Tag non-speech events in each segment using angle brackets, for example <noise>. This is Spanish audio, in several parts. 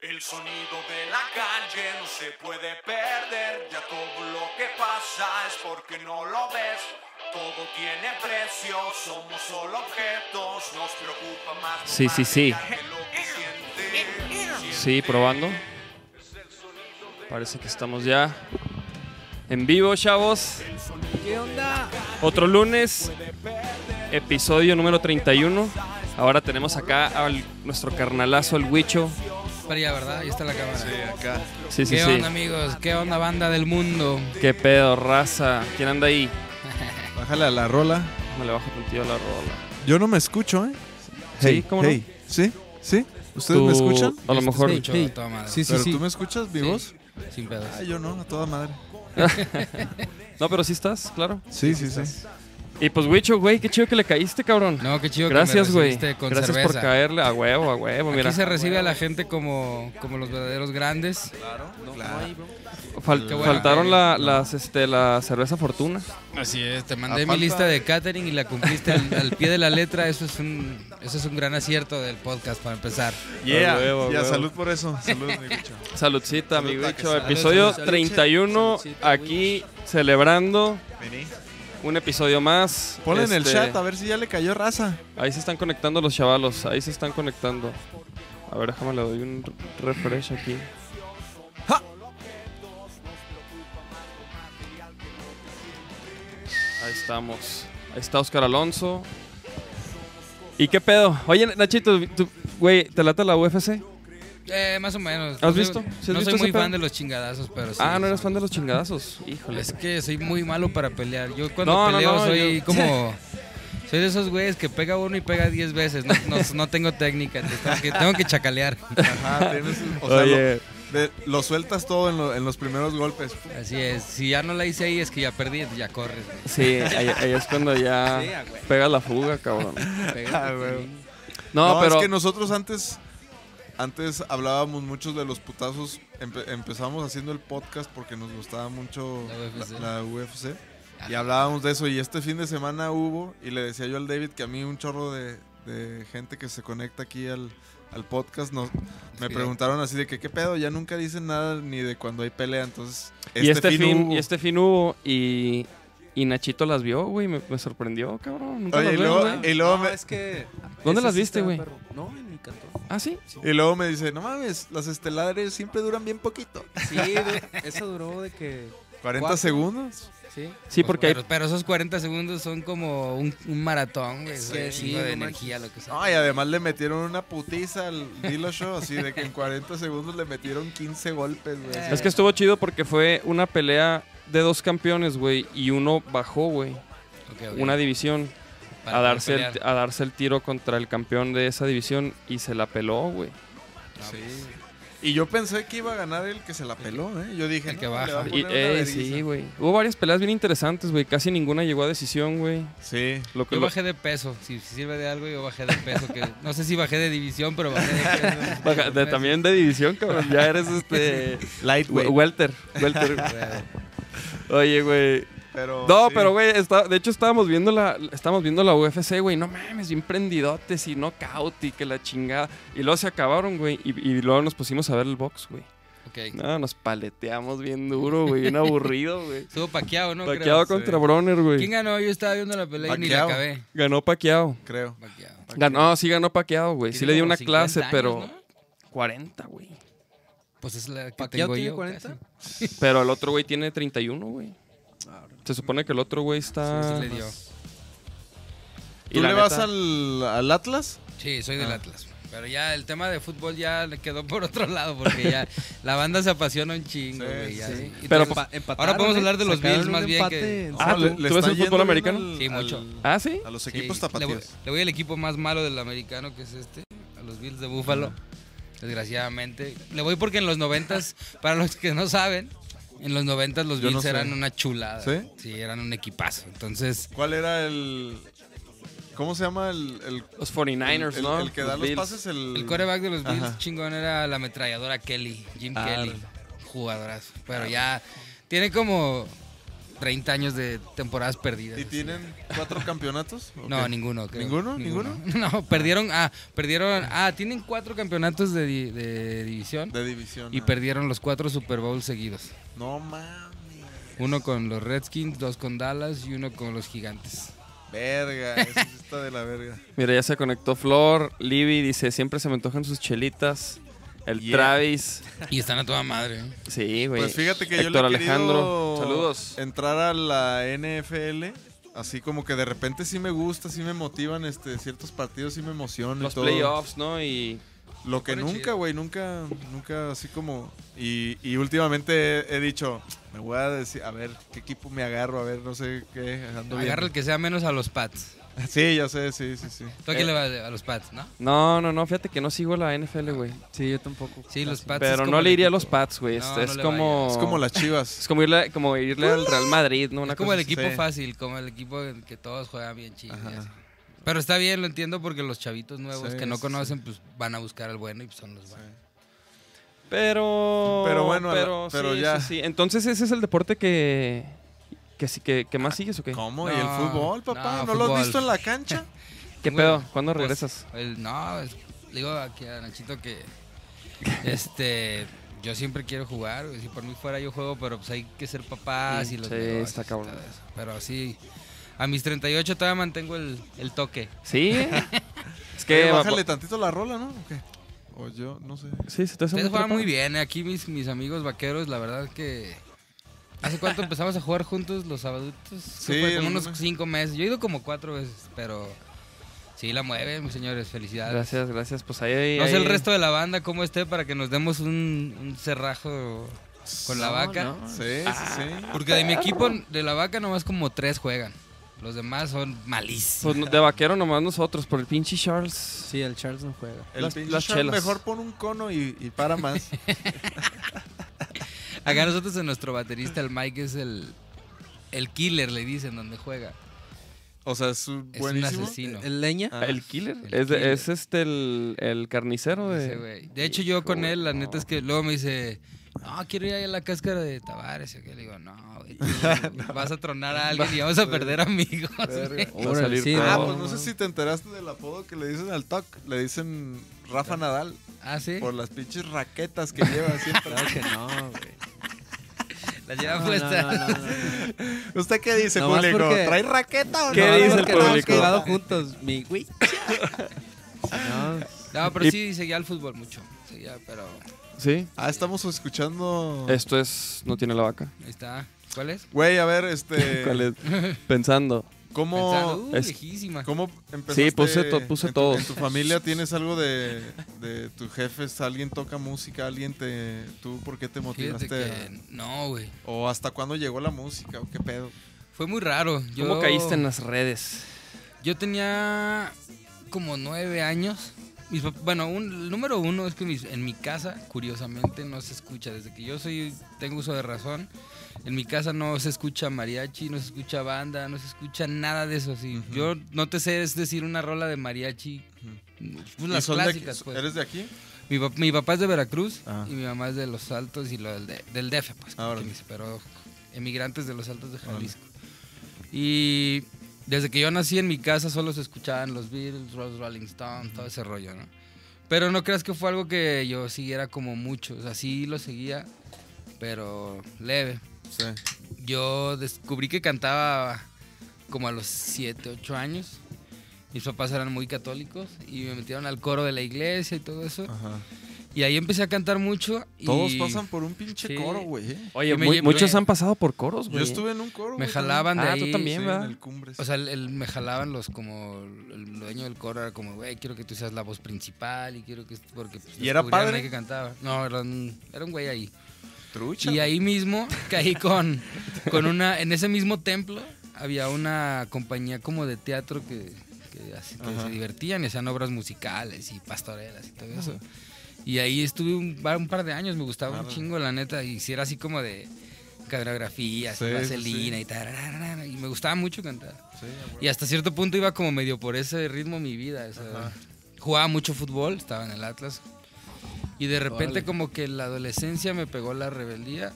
El sonido de la calle no se puede perder, ya todo lo que pasa es porque no lo ves. Todo tiene precio, somos solo objetos, nos preocupa más. lo Sí, sí, sí. material que lo que siente. Sí, probando. Parece que estamos ya en vivo, chavos. ¿Qué onda? Otro lunes, episodio número 31. Ahora tenemos acá a nuestro carnalazo, el Huicho. Para allá, ¿verdad? Ahí está la cámara. acá. Sí, sí, ¿Qué sí. onda, amigos? ¿Qué onda, banda del mundo? Qué pedo, raza. ¿Quién anda ahí? Bájale a la rola. Me le bajo tantillo a la rola. Yo no me escucho, ¿eh? Sí, ¿cómo no? ¿Sí, sí. ¿Ustedes Tú- me escuchan? A lo Te mejor. escucho a toda madre. ¿Pero tú me escuchas mi Sí. voz? Sin pedos. Ah, yo no, a toda madre. No, pero sí estás, claro. Sí, sí, sí. Y pues, Huicho, güey, qué chido que le caíste, cabrón. No, qué chido Gracias, que me güey. recibiste Gracias con por cerveza. caerle a huevo, a huevo. Mira, Aquí se recibe a la gente como, como los verdaderos grandes. Claro. Fal- eh, Qué buena faltaron la, feria. las, este, la cerveza Fortuna. Así es, te mandé mi A falta- lista de catering y la cumpliste al, al pie de la letra. Eso es un eso es un gran acierto del podcast para empezar. Yeah. A huevo, a Ya, huevo. salud por eso. Salud, mi bicho. Saludcita, mi Saludita, que bicho. salud. Episodio Salud, salud, 31, saludcita, aquí celebrando Vení. un episodio más. Ponle en el Este, chat a ver si ya le cayó raza. Ahí se están conectando los chavalos, ahí se están conectando. A ver, déjame le doy un re- refresh aquí. ¡Ja! Ahí estamos. Ahí está Oscar Alonso. ¿Y qué pedo? Oye, Nachito, tú- güey, ¿te lata la UFC? Eh, más o menos. ¿Has No soy- visto? ¿Sí has no visto soy muy ese pedo? fan de los chingadazos, pero sí. Ah, no eres sí. fan de los chingadazos. Híjole. Es que soy muy malo para pelear. Yo cuando No, no, peleo no, soy yo- <laughs> como... Soy de esos güeyes que pega uno y pega diez veces. No, no- no tengo técnica. te Tengo que, tengo <laughs> que chacalear. Ajá, tienes. O sea, Oye, lo, de- lo sueltas todo en, lo- en los primeros golpes. Así es. Si ya no la hice ahí, es que ya perdí. entonces Ya corres. güey. sí, ahí, ahí es cuando <laughs> ya pega la fuga, cabrón. Pégate, Ah, güey. sí. No, pero es que nosotros antes. Antes hablábamos muchos de los putazos. Empe- empezamos haciendo el podcast porque nos gustaba mucho La UFC. la- la UFC. Y hablábamos de eso. Y este fin de semana hubo, y le decía yo al David que a mí un chorro de, de gente que se conecta aquí al, al podcast nos, me Sí. preguntaron así de que qué pedo, ya nunca dicen nada ni de cuando hay pelea. Entonces, y este fin, hubo. y este fin hubo y, y Nachito las vio, güey, me, me sorprendió, cabrón. Nunca Oye, y las veo, luego, eh, güey. y luego No, me, es que. ¿Dónde ese las sí viste, está güey? perro. No, en mi cantón. Ah, sí. y luego me dice, no mames, las estelares siempre duran bien <laughs> poquito. Sí, güey. Eso duró de que. 40 Cuatro. segundos. Sí. Sí, porque hay- pero, pero esos 40 segundos son como un, un maratón, güey. Es Es que un sí, chingo de no energía, lo que sea. No, y además le metieron una putiza al Dilo Show, así de que en 40 segundos le metieron 15 golpes, güey. así. es que estuvo chido porque fue una pelea de dos campeones, güey, y uno bajó, güey, Ok, ok. una división Para a darse, poder el, a darse el tiro contra el campeón de esa división y se la peló, güey. pelear. Sí. No, pues, Y yo pensé que iba a ganar el que se la peló, ¿eh? Yo dije, El que "No, baja". le va a Y, poner una ey, vergüenza". sí, güey. Hubo varias peleas bien interesantes, güey. Casi ninguna llegó a decisión, güey. Sí. Lo que Yo lo- bajé de peso, si, si sirve de algo, yo bajé de peso. Que, no sé si bajé de división, pero <laughs> bajé de peso. baja- de- también de división, cabrón. Ya eres este. Lightweight. Welter. Welter. <laughs> Oye, güey. Oh, pero, No, sí. pero güey, está- de hecho estábamos viendo la estábamos viendo la UFC, güey, no mames, bien prendidotes y knockout y que la chingada. Y luego se acabaron, güey, y, y luego nos pusimos a ver el box, güey. Ok. No, nos paleteamos bien duro, güey, <laughs> bien aburrido, güey. Estuvo paqueado, ¿no? Creo. Paqueado contra Broner, güey. ¿Quién ganó? Yo estaba viendo la pelea y ni la Pacquiao. acabé. Ganó Paqueado. Creo. Pacquiao. Ganó, sí ganó Paqueado, güey. Sí Tiene le dio como una 50 clase, años, pero ¿no? 40, güey. Pues es la que ¿Pacquiao tengo tiene yo. 40? casi. Pero el otro güey tiene 31, güey. Se supone que el otro güey está Ah, Sí, sí le dio. Y ¿Tú la le vas neta- al, al Atlas? Sí, soy del Atlas. Pero ya el tema de fútbol ya le quedó por <laughs> otro lado porque ya la banda se apasiona un chingo, Sí, güey. ya, sí. sí. Y Pero, entonces, Empa- empataron, ahora podemos ¿eh? hablar de los Sacaron Bills un más bien empate que- en- Ah, No, ¿tú- tú ves está el fútbol yendo bien americano? al- Sí, mucho. Ah, sí. a los sí, equipos le voy, tapatíos. le voy al equipo más malo del americano que es este, a los Bills de Buffalo. Desgraciadamente. Le voy porque en los noventas, para los que no saben, en los noventas los Yo Bills no sé. eran una chulada. ¿Sí? eran un equipazo. Entonces, ¿Cuál era el. ¿Cómo se llama el. el, Los 49ers, el- ¿no? el que da los Bills. pases? El, el coreback de los Bills Mm. Ajá. chingón era la ametralladora Kelly, Jim Ah, Kelly. Jugadorazo. Pero ya tiene como 30 años de temporadas perdidas. ¿Y así. tienen cuatro campeonatos? ¿O No, qué? ninguno. creo. ¿Ninguno? <laughs> No, perdieron. Ah, perdieron. Ah, tienen cuatro campeonatos de, di- de división De división. y ah. perdieron los cuatro Super Bowls seguidos. No mames. Uno con los Redskins, dos con Dallas y uno con los Gigantes. Verga, eso sí está de la verga. Mira, ya se conectó Flor. Libby dice: Siempre se me antojan sus chelitas. El Yeah. Travis. Y están a toda madre. ¿eh? Sí, güey. Pues fíjate que yo Héctor le he Alejandro. querido Saludos. entrar a la NFL, así como que de repente sí me gusta, sí me motivan este ciertos partidos, sí me emocionan Los y todo. playoffs, ¿no? Y Lo que Pone nunca, chido. güey, nunca, nunca así como... Y, y últimamente he, he dicho, me voy a decir, a ver, ¿qué equipo me agarro? A ver, no sé qué, Agarra ando el viendo. que sea menos a los Pats. <laughs> Sí, ya sé, sí, sí, sí. ¿Tú a quién Eh. le vas a los Pats, no? No, no, no, fíjate que no sigo la NFL, güey. Sí, yo tampoco. Sí, los Pats. es Pero como no el le iría a equipo- los Pats, güey. No, Este no es, le como... Es como las Es chivas. como irle, como irle al Real Madrid, ¿no? Una Es como cosa el así. equipo sí. fácil, como el equipo que todos juegan bien chido. y Ajá. así. Pero está bien, lo entiendo porque los chavitos nuevos Sí, que no sí, conocen, pues van a buscar al bueno y pues son los buenos. Pero. Pero bueno, la- pero sí, ya. sí, sí. Entonces, ese es el deporte que. Que, sí- que, que más sigues o qué? Ah, ¿Cómo? ¿Y No, el fútbol, papá? no, ¿No, lo fútbol. has visto en <laughs> la cancha? ¿Qué Güey, pedo? ¿Cuándo pues, regresas? el- no, es- le digo aquí a Nachito <laughs> que este yo siempre quiero jugar, güey, si por mí fuera yo juego, pero pues hay que ser papás Mm, Sí, y los sí, negocios está y cabrón. todo eso. Pero sí, a mis 38 todavía mantengo el, el toque. Sí. <laughs> es que. Oye, bájale tantito la rola, ¿no? ¿O qué? O yo, no sé. Sí, se te hace Ustedes muy juegan trepado. muy bien, eh, aquí mis, mis amigos vaqueros, la verdad que... ¿Hace cuánto empezamos a jugar juntos los sábados? Sí, como unos alguna- cinco meses. Yo he ido como cuatro veces, pero sí la mueven, mis señores. Felicidades. Gracias, gracias. Pues ahí. No sé ahí- el resto de la banda cómo esté para que nos demos un, un cerrajo con la vaca. Sí, sí, sí. Porque de mi equipo, de la vaca, nomás como tres juegan. Los demás son Pues malísimos. no- de vaquero nomás nosotros, por el pinche Charles. Sí, el Charles no juega. El Las- pinche las Shark chelas. mejor pon un cono y, y para <laughs> más. Acá nosotros en nuestro baterista, el Mike, es el, el killer, le dicen, donde juega. O sea, es un Es buenísimo. un asesino. ¿El leña? Ah, El killer. El es, de- killer. es este el, el carnicero de. Ese güey. de hecho, yo con él, la neta es que luego me dice, no, quiero ir ahí a la cáscara de Tavares. Y que le digo, no, güey, tú vas a tronar a alguien y vamos a perder amigos. güey". Va a Órale, salir sí, Ah, todo. pues no sé si te enteraste del apodo que le dicen al TOC. Le dicen Rafa Nadal <laughs> Ah, sí. por las pinches raquetas <laughs> que lleva siempre. Claro que no, güey. La lleva No, puesta. no, no, no, no. ¿Usted qué dice, Nomás público? porque- ¿Trae raqueta o ¿Qué no? dice el Porque no hemos público? jugado juntos, mi güey. No, No, Y- pero sí seguía el fútbol mucho. Seguía, pero Sí. Ah, estamos escuchando. Esto es. No tiene la vaca. ahí está. ¿Cuál es? Güey, a ver, Eh. <laughs> este. ¿Cuál <laughs> es? Pensando. Pensando, ¿Cómo, uh, es- viejísima. ¿Cómo Sí, empezaste? puse to- puse en tu- todo. ¿En tu familia tienes algo de, de tus jefes? ¿Alguien toca música? ¿Alguien te... ¿Tú por qué te Fíjate motivaste? que no, güey. a- ¿O hasta cuándo llegó la música? ¿O qué pedo? Fue muy raro. Yo, ¿Cómo caíste en las redes? Yo tenía como nueve años. Mis pap- bueno, un, el número uno es que mis- en mi casa, curiosamente, no se escucha. Desde que yo soy tengo uso de razón, en mi casa no se escucha mariachi, no se escucha banda, no se escucha nada de eso. Así. Ujú. Yo no te sé es decir una rola de mariachi. Pues las ¿Y son de aquí- clásicas, pues. ¿Eres de aquí? Mi, pap- mi papá es de Veracruz Ah. y mi mamá es de Los Altos y lo del, de- del DF, pues, Ah, órale. que mis- pero emigrantes de Los Altos de Órale. Jalisco. Y desde que yo nací en mi casa solo se escuchaban los Beatles, los Rolling Stones, todo ese rollo, ¿no? Pero no creas que fue algo que yo siguiera como mucho, o sea, sí lo seguía, pero leve. Sí. Yo descubrí que cantaba como a los 7, 8 años. Mis papás eran muy católicos y me metieron al coro de la iglesia y todo eso. Ajá. Y ahí empecé a cantar mucho. Y Todos pasan por un pinche Sí. coro, güey. ¿eh? Oye, Y me mu- lle- muchos me- han pasado por coros, güey. Yo estuve en un coro. Me güey, jalaban de Ah, ahí. tú también, también. Sí, ¿verdad? en el Cumbres. O sea, el- el- me jalaban los como el dueño del coro era como, güey, quiero que tú seas la voz principal y quiero que porque pues, ¿Y era descubrieron padre? ahí que cantaba. No, era un, era un güey ahí. Trucha. Y ahí <laughs> mismo caí con con una en ese mismo templo había una compañía como de teatro que que, así- que Ajá. se divertían, y hacían obras musicales y pastorelas y todo eso. Y ahí estuve un, va- un par de años, me gustaba un Órale. chingo, la neta. Y si era así como de coreografías, Sí, sí, vaselina sí. y tararara, Y me gustaba mucho cantar. Sí, a huevo. Y hasta cierto punto iba como medio por ese ritmo mi vida. o sea, Ajá. jugaba mucho fútbol, estaba en el Atlas. Y de repente Órale. como que en la adolescencia me pegó la rebeldía.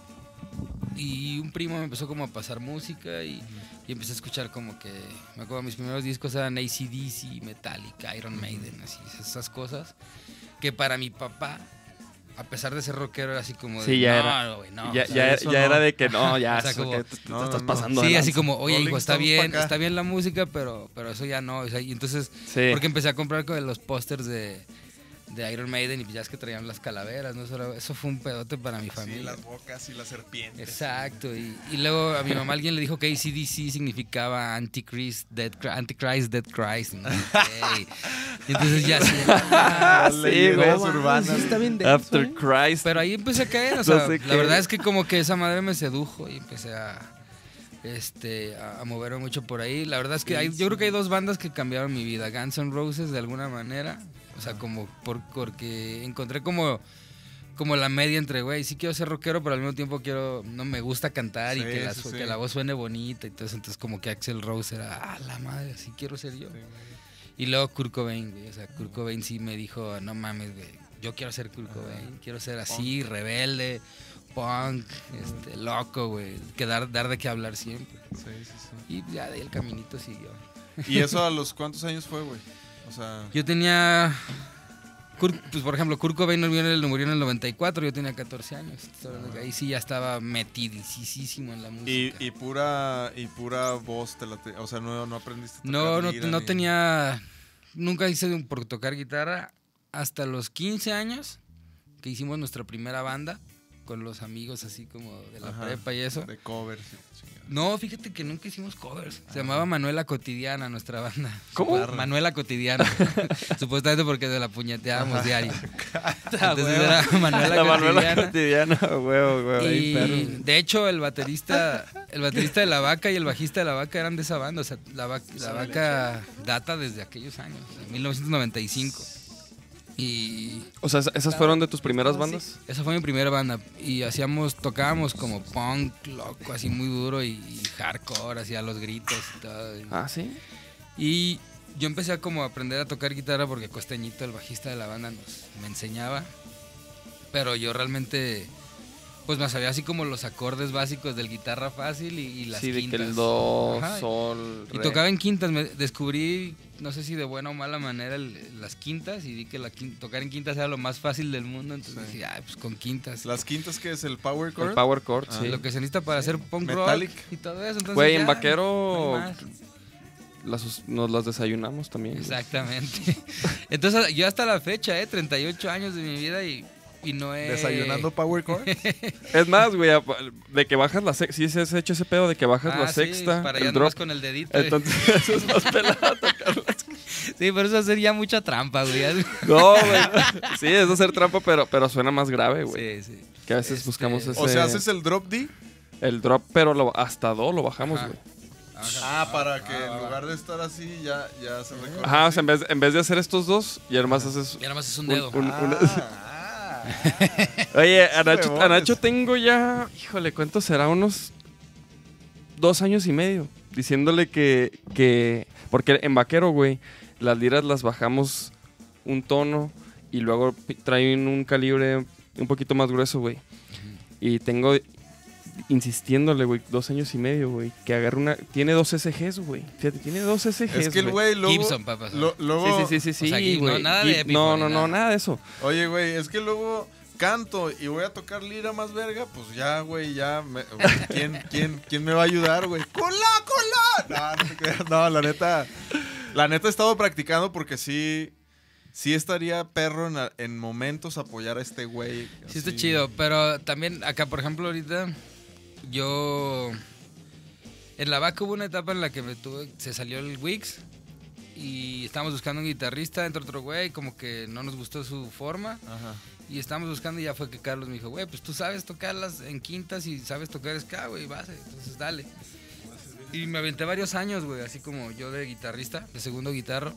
y un primo me empezó como a pasar música y, y empecé a escuchar como que, me acuerdo, mis primeros discos eran ACDC, Metallica, Iron Maiden, así, esas cosas, que para mi papá, a pesar de ser rockero, era así como de, Sí, ya no, era- güey, no. ya o sea, ya- eso ya no. era de que <laughs> no, ya, O sea, eso como- que te- te No, estás no, no. pasando. Sí, de así lanza. como, oye, Rolling hijo, está Stones pa' bien, acá. está bien la música, pero, pero eso ya no. O sea, y entonces, Sí. porque empecé a comprar co- los pósters de, de Iron Maiden y pues ya es que traían las calaveras, ¿no? Eso, era- eso fue un pedote para mi Sí, familia. las bocas y las serpientes. Exacto, y, y luego a mi mamá alguien le dijo que ACDC significaba Antichrist, Dead Cri- Antichrist, Dead Christ. ¿no? Ok. Y entonces ya sí. Ah, Las sí, güey. leyendas urbanas. After Christ. Pero ahí empecé <laughs> a caer, o sea, sé la qué. verdad es que como que esa madre me sedujo y empecé a este a, a moverme mucho por ahí. La verdad es que hay, yo creo que hay dos bandas que cambiaron mi vida, Guns N' Roses de alguna manera, o sea, como por, porque encontré como como la media entre, güey, sí quiero ser rockero, pero al mismo tiempo quiero, no me gusta cantar y Sí, que la, sí, su- sí. que la voz suene bonita. Entonces, entonces como que Axel Rose era, ah, la madre, así quiero ser yo. Y luego Kurt Cobain, güey. O sea, Kurt Cobain sí me dijo, no mames, güey. Yo quiero ser Kurt Cobain. Quiero ser así, rebelde, punk, este, loco, güey. Que dar, dar de qué hablar siempre. Sí, sí, sí. Y ya de ahí el caminito siguió. ¿Y eso a los cuántos años fue, güey? O sea, Yo tenía... Kurt- pues por ejemplo, Kurt Cobain murió en el, murió en el 94, yo tenía 14 años. Estoy hablando que Ahí sí ya estaba metidísimo en la y, música. y pura y pura voz te la te- o sea, no, no aprendiste a tocar No, no, lira no ni- tenía. Nunca hice un- por tocar guitarra. Hasta los 15 años que hicimos nuestra primera banda con los amigos así como de la Ajá. prepa y eso. de cover. sí, chingada. No, fíjate que nunca hicimos covers. Se llamaba Manuela Cotidiana nuestra banda. ¿Cómo? Barra. Manuela Cotidiana. <laughs> Supuestamente porque se la puñeteábamos diario. Entonces huevo. era Manuela <laughs> La Manuela Cotidiana. cotidiana, huevo, huevo. ahí, perro. Y de hecho, el baterista, el baterista de la vaca y el bajista de la vaca eran de esa banda. O sea, la, Va- La vaca data desde aquellos años, de 1995. Y O sea, ¿esas fueron de tus primeras bandas? esa fue mi primera banda. Y hacíamos, tocábamos como punk, loco, así muy duro y, y hardcore, hacía los gritos y todo. Y- Ah, sí. y yo empecé a como aprender a tocar guitarra porque Costeñito, el bajista de la banda, nos, me enseñaba. Pero yo realmente, pues me sabía así como los acordes básicos del guitarra fácil y, y las sí, de quintas. que el do, Ajá, y- sol, Y re. tocaba en quintas, me descubrí, no sé si de buena o mala manera, el- las quintas y vi que la quin- tocar en quintas era lo más fácil del mundo, entonces Sí. dije, "Ay, pues con quintas. Las quintas que es el power chord. el power chord, Ah, sí. Lo que se necesita para hacer punk Metallic. rock y todo eso. entonces Güey, en ya, vaquero pues, no hay más. las us- nos las desayunamos también. güey. Exactamente. <laughs> Entonces, yo hasta la fecha, ¿eh? 38 años de mi vida y, y no he... Desayunando power <laughs> chord. Es más, güey, a- de que bajas la sexta. Sí, se ha hecho ese pedo de que bajas Ah, la sí, sexta, para ya el nomás drop. con el dedito. <laughs> <laughs> Entonces, eso es más pelado. Sí, pero eso sería mucha trampa, güey. <laughs> No, güey. Sí, es hacer trampa, pero, pero suena más grave, güey. Sí, sí. Que a veces Este, buscamos ese. O sea, haces el drop D. El drop, pero lo- hasta do lo bajamos, Ajá. güey. Ah, para que en lugar de estar así ya ya se recorre. Ajá, o sea, en vez, en vez de hacer estos dos, y además haces. Y nada más es un un- dedo. un- una- Ah, <laughs> Oye, <laughs> a Nacho, huevones. a Nacho tengo ya, híjole, ¿cuánto será? Unos dos años y medio. Diciéndole que, que porque en vaquero, güey, las liras las bajamos un tono y luego pi- traen un calibre un poquito más grueso, güey. Y tengo insistiéndole, güey, dos años y medio, güey, que agarre una... Tiene dos SGs, güey. Fíjate, tiene dos SGs, <laughs> es que el güey luego Gibson, papá. lo- luego- Sí, sí, sí, sí, O sea, sí, aquí no, güey. nada de Y- Epiphone no, ni no, nada. no, nada de eso. Oye, güey, es que luego canto y voy a tocar lira más verga, pues ya, güey, ya. me- ¿quién, quién, ¿Quién me va a ayudar, güey? ¡Cula, cula! No, no, te creas, no, la neta. La neta he estado practicando porque sí. Sí estaría perro en, en momentos apoyar a este güey. Sí, está así. chido, pero también acá, por ejemplo, ahorita yo... En la vaca hubo una etapa en la que me tuve, se salió el Wix y estábamos buscando un guitarrista, entre otro güey, como que no nos gustó su forma. Ajá. Y estábamos buscando y ya fue que Carlos me dijo, güey, pues tú sabes tocarlas en quintas y sabes tocar ska, güey, vas, entonces dale. Y me aventé varios años, güey, así como yo de guitarrista, de segundo guitarro.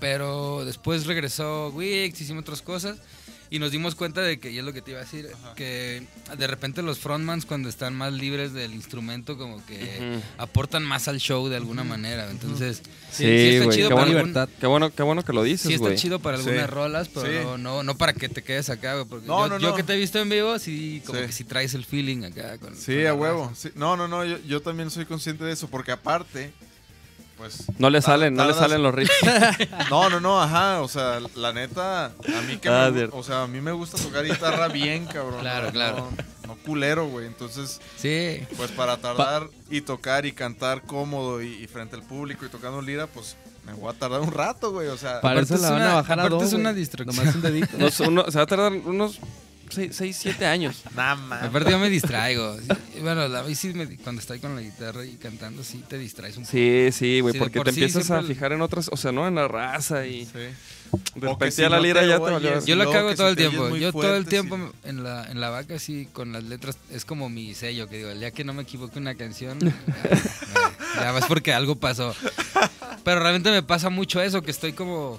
Pero después regresó Wix, hicimos otras cosas y nos dimos cuenta de que, y es lo que te iba a decir, que de repente los frontmans cuando están más libres del instrumento como que aportan más al show de alguna manera. Entonces, Sí, güey. qué, para bueno, algún- qué, bueno, qué bueno que lo sí dices, está güey. chido para algunas Sí. rolas, pero Sí. no, no, no para que te quedes acá, güey. Porque No, yo, no, yo no. que te he visto en vivo, sí, como Sí. que sí traes el feeling acá. Con, con Sí, la a raza. huevo. Sí. No, no, no, yo, yo también soy consciente de eso, porque aparte, pues... no le tar- salen, no le tardas- salen los riffs. No, no, no, ajá, o sea, la neta, a mí que me Ah, gu- cierto. o sea, a mí me gusta tocar guitarra bien, cabrón. Claro, no- claro. No, no culero, güey, entonces, Sí. pues para tardar y tocar y cantar cómodo y, y frente al público y tocando lira, pues me voy a tardar un rato, güey, o sea... Para Aparte eso es la van una- a bajar a aparte dos. es una güey. distracción. Nomás un dedito. No sé, uno- se va a tardar unos 6, 7 años. Nada más. Aparte yo me distraigo. Sí, Bueno, la, y sí me- cuando estoy con la guitarra y cantando, sí te distraes un poco. Sí, sí, güey, Sí, de porque por te sí empiezas a siempre- fijar en otras, o sea, ¿no? En la raza y Sí. de O que repente si ya la no lira te ya te oyes. valió. Yo lo Luego cago que todo si el te oyes tiempo. muy Yo todo el fuerte, tiempo sí. en, la, en la vaca, sí, con las letras, es como mi sello, que digo, el día que no me equivoque una canción, ya, ya, ya, es porque algo pasó. Pero realmente me pasa mucho eso, que estoy como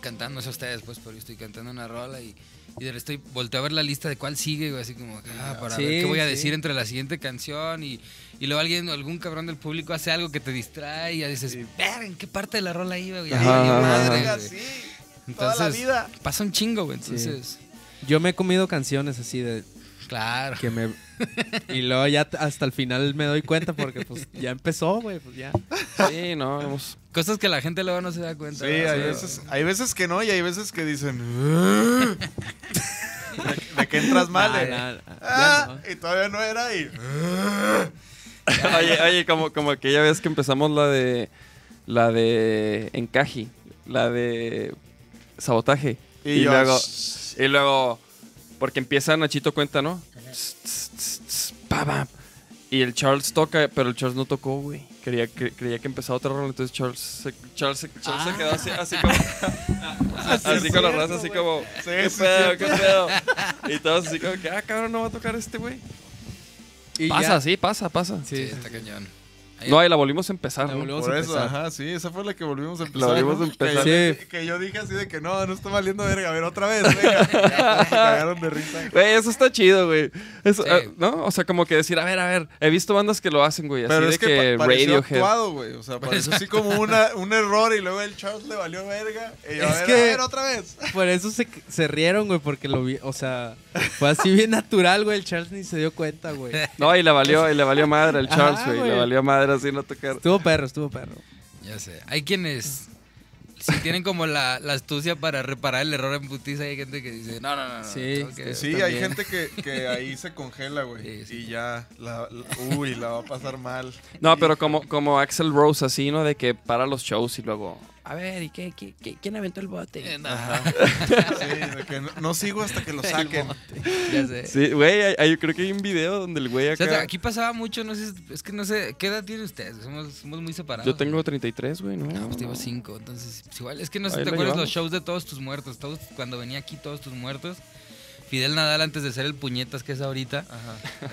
cantando, no sé ustedes, pues, pero yo estoy cantando una rola y, y de- estoy, volteo a ver la lista de cuál sigue, güey, así como, ah, para Sí, ver qué voy a sí. decir entre la siguiente canción y, y luego alguien, algún cabrón del público hace algo que te distrae y ya dices, "Verga, ¿en qué parte de la rola iba, güey? Ya Ajá, valió ajá, madre, ajá. Verga, güey". sí. Toda Entonces, la vida. pasa un chingo, güey. Entonces, Yo me he comido canciones así de claro. que me y luego ya t- hasta el final me doy cuenta porque pues ya empezó, güey, pues ya. Sí, no, hemos... Cosas que la gente luego no se da cuenta. Sí, ¿verdad? hay Pero- veces, hay veces que no y hay veces que dicen... "Ugh". <laughs> de, de que entras mal. Ah, eh. ya, ya Ah, no. y todavía no era y... oye, oye, como, como aquella vez que empezamos la de la de encaji, la de sabotaje y, yo, luego "Shh". y luego porque empieza Nachito cuenta, ¿no? Tss, tss, tss, tss, pa, pa. Y el Charles toca, pero el Charles no tocó, güey. Creía que, creía que empezaba otra rola, entonces Charles se, Charles, se- Charles Ah. se quedó así, así <laughs> como... así es con la cierto, raza, así güey. como... Sí, ¿Qué sí, pedo? sí. ¿Qué pedo? Y todos así como que, ah, cabrón, no va a tocar este, güey. Y Pasa, ya. sí, pasa, pasa. Sí, Sí, sí. está cañón. Ahí- No, ahí la volvimos a empezar. La ¿no? volvemos Por a eso, empezar. ajá, sí, esa fue la que volvimos a empezar. La volvimos ¿no? a empezar. Que, Sí. yo, que yo dije así de que no, no está valiendo verga. A ver, otra vez, venga. <laughs> Ya, se cagaron de risa. Güey, eso está chido, güey. Eso, Sí. eh, ¿No? O sea, como que decir, a ver, a ver, he visto bandas que lo hacen, güey. Así Pero de es que, que, pa- pareció Radiohead. actuado, güey. O sea, pareció así como una, un error y luego el Charles le valió verga. Y yo, a Es ver, que- a ver, otra vez. Por eso se, se rieron, güey, porque lo vi, o sea, fue así bien natural, güey, el Charles ni se dio cuenta, güey. No, y le valió, y le valió madre al Ajá, Charles, güey. Le güey. valió madre así no tocar. Estuvo perro, estuvo perro. Ya sé. Hay quienes. Si tienen como la, la astucia para reparar el error en putiza, hay gente que dice, no, no, no. no Sí, tengo que- Sí, hay también. gente que, que ahí se congela, güey. Sí, sí. Y ya, la, la- uy, la va a pasar mal. No, Y- pero como, como Axel Rose, así, ¿no? De que para los shows y luego. A ver, ¿y qué, qué, qué- quién aventó el bote? Eh, no, Sí, de que no, no sigo hasta que lo saquen. ya sé. Sí, güey, hay- hay- yo creo que hay un video donde el güey O sea, acá. aquí pasaba mucho, no sé, es que no sé, ¿qué edad tienen ustedes? Somos, somos muy separados. Yo tengo 33, güey, ¿no? No, pues tengo cinco, entonces pues, igual es que no sé Ahí si te la acuerdas llevamos. los shows de todos tus muertos, todos cuando venía aquí todos tus muertos. Fidel Nadal antes de ser el puñetas que es ahorita, Ajá.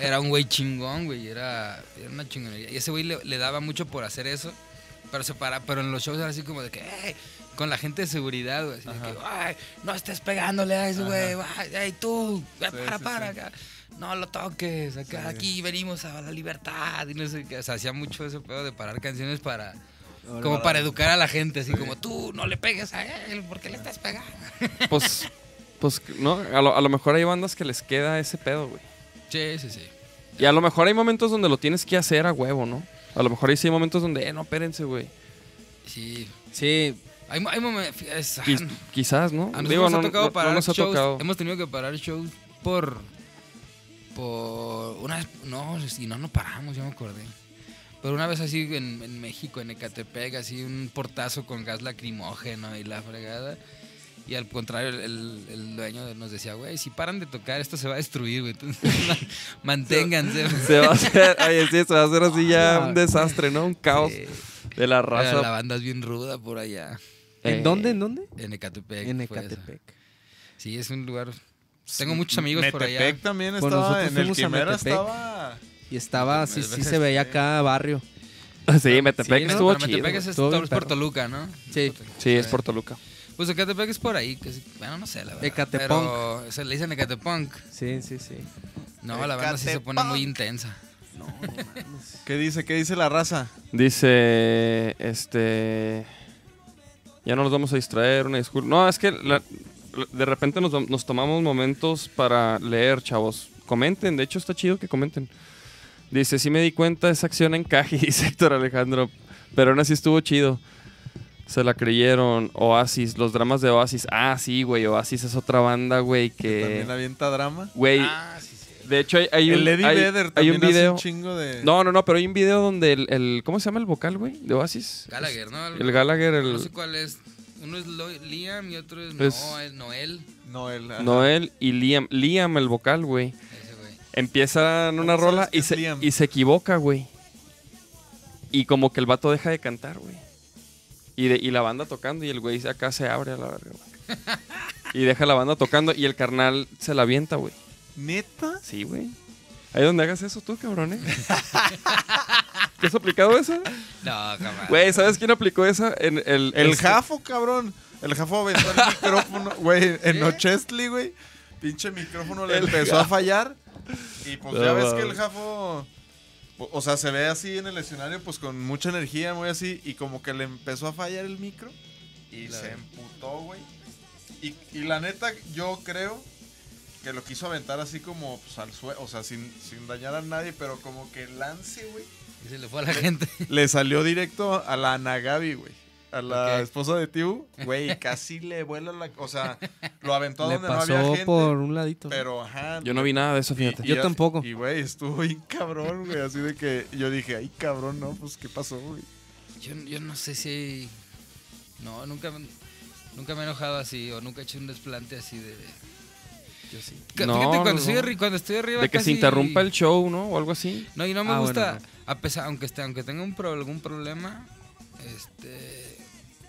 <laughs> era un güey chingón, güey, era, era una chingonería. Y ese güey le, le daba mucho por hacer eso, pero se para, pero en los shows era así como de que, "Ey", con la gente de seguridad, güey, así de que, ay, no estés pegándole a ese güey, ay, ey, tú, eh, para, sí, para sí. acá. No lo toques, acá, Sí. aquí venimos a la libertad. Y no sé qué. O sea, hacía mucho ese pedo de parar canciones para, como Ahora, para educar a la gente, así como tú no le pegues a él porque le estás pegando. Pues, pues, ¿no? A lo, a lo mejor hay bandas que les queda ese pedo, güey. Sí, sí, sí. Y a lo mejor hay momentos donde lo tienes que hacer a huevo, ¿no? A lo mejor ahí sí hay momentos donde, eh, no, espérense, güey. Sí. Sí, Hay, mo- hay momentos. <laughs> es- Qui- quizás, ¿no? A nosotros Digo, nos ha tocado parar nos ha shows. tocado. Hemos tenido que parar shows por. Por. Una vez. No, si no, no paramos, ya me acordé. Pero una vez así en, en México, en Ecatepec, así un portazo con gas lacrimógeno y la fregada. Y al contrario, el, el- el dueño nos decía, güey, si paran de tocar, esto se va a destruir, güey. Entonces, <laughs> manténganse. Se va a hacer, oye, sí, se va a hacer así ya un desastre, ¿no? Un caos Ah, Sí. de la Pero La raza. banda es bien ruda por allá. Eh, ¿en dónde? ¿En dónde? En Ecatepec. En fue eso. Ecatepec. Sí, es un lugar. Tengo muchos amigos por allá. Metepec también Pues estaba, nosotros en el fuimos a Quimera Metepec. estaba... Y estaba, sí, sí se veía acá barrio. <laughs> Sí, Metepec Sí, No, estuvo pero chido. Metepec es, estuvo es bien por perro. Toluca, ¿no? Sí. Sí, es por Toluca. Pues Ecatepec es por ahí, que es- bueno, no sé, la verdad. Ecatepunk. Pero se le dicen Ecatepunk. Sí, sí, sí. No, la banda sí se pone muy intensa. ¿Qué dice? ¿Qué dice la raza? Dice, este, ya no nos vamos a distraer, una disculpa. No, es que la- la- de repente nos, dom- nos tomamos momentos para leer, chavos. Comenten, de hecho está chido que comenten. Dice, sí me di cuenta, esa acción en Caji, <laughs> dice Héctor Alejandro, pero aún así estuvo chido. Se la creyeron, Oasis, los dramas de Oasis. Ah, sí, güey, Oasis es otra banda, güey, También que... avienta drama. Güey, Ah, sí, sí. de hecho hay, hay el un, Eddie hay- Vedder hay también un hace video... un chingo de... No, no, no, pero hay un video donde el, el- ¿cómo se llama el vocal, güey? De Oasis. Gallagher, ¿no? El Gallagher, No sé el cuál es. Uno es Lo- Liam y otro es, Es- Noel, Noel. Noel. ajá. Noel y Liam, Liam el vocal, güey. Ese güey. Empiezan una ¿Cómo sabes rola que y es se, Liam? y se equivoca, güey. Y como que el vato deja de cantar, güey. Y, de- y la banda tocando y el güey acá se abre a la verga, güey. Y deja la banda tocando y el carnal se la avienta, güey. ¿Neta? Sí, güey. Ahí donde hagas eso tú, cabrón, <laughs> ¿eh? ¿Te has aplicado eso? No, cabrón. Güey, ¿sabes quién aplicó esa? En el, El este- Jafo, cabrón. El Jafo <laughs> aventó el micrófono, güey, en Ochestli, güey. Pinche micrófono le El empezó a fallar. Y pues ya No, ves que mames. el Jafo... o- O sea, se ve así en el escenario, pues con mucha energía, muy así. Y como que le empezó a fallar el micro. Y La se verga. emputó, güey. Y, y la neta, yo creo que lo quiso aventar así como pues, al suelo. O sea, sin, sin dañar a nadie, pero como que el lance, güey. Y se le fue a la gente. Le salió directo a la Anagabi, güey. A la Ok. esposa de <laughs> Tiu, güey, casi le vuela la... O sea, lo aventó Le donde no había pasó gente. por un ladito. Pero, ajá. Yo no vi nada de eso, fíjate. Yo tampoco. Y, güey, estuvo bien cabrón, güey. Así de que yo dije, ay, cabrón, no, pues, ¿qué pasó, güey? Yo, yo no sé si. No, nunca, me- nunca me he enojado así o nunca he hecho un desplante así de. Yo sí. Ca- No, Fíjate, no, cuando, estoy no. arri- cuando estoy arriba. De que se casi- interrumpa el show, ¿no? O algo así. No, y no me Ah, gusta. bueno, A pesar, aunque, esté- aunque tenga un pro- algún problema, este.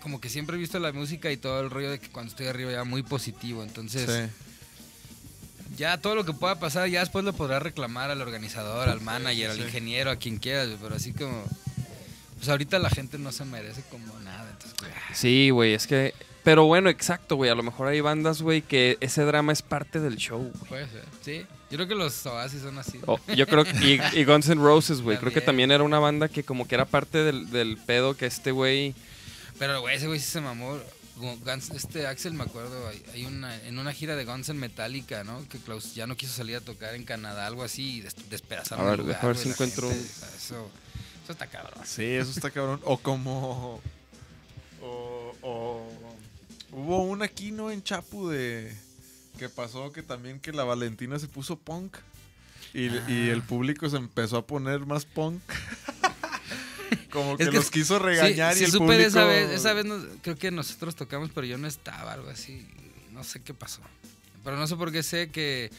Como que siempre he visto la música y todo el rollo de que cuando estoy arriba ya muy positivo. Entonces, ya todo lo que pueda pasar, ya después lo podrás reclamar al organizador, al manager, al ingeniero, a quien quieras. güey, Pero así como. Pues ahorita la gente no se merece como nada. Entonces, güey, Sí, güey, es que... Pero bueno, exacto, güey. A lo mejor hay bandas, güey, que ese drama es parte del show, güey. Puede ser, sí. Yo creo que los Oasis son así. O- yo creo que... Y, y Guns N' Roses, <laughs> güey. Creo que también También. era una banda que como que era parte del, del pedo que este güey... Pero, güey, ese güey sí se mamó. Gu- Guns- este Axel, me acuerdo, hay, hay una, en una gira de Guns en Metallica, ¿no? Que Klaus ya no quiso salir a tocar en Canadá, algo así, y des- despedazaron A ver, el lugar, deja ver güey, si la encuentro gente, un- o sea, Eso, eso está cabrón. Sí, eso está cabrón. O como... O... o- hubo un aquí, ¿no? En Chapu de... Que pasó que también que la Valentina se puso punk. Y, Ah. y el público se empezó a poner más <laughs> punk. como que, Es que los quiso regañar sí, y sí el supe público... de esa vez, esa vez nos- creo que nosotros tocamos, pero yo no estaba, algo así. No sé qué pasó. Pero no sé por qué sé que...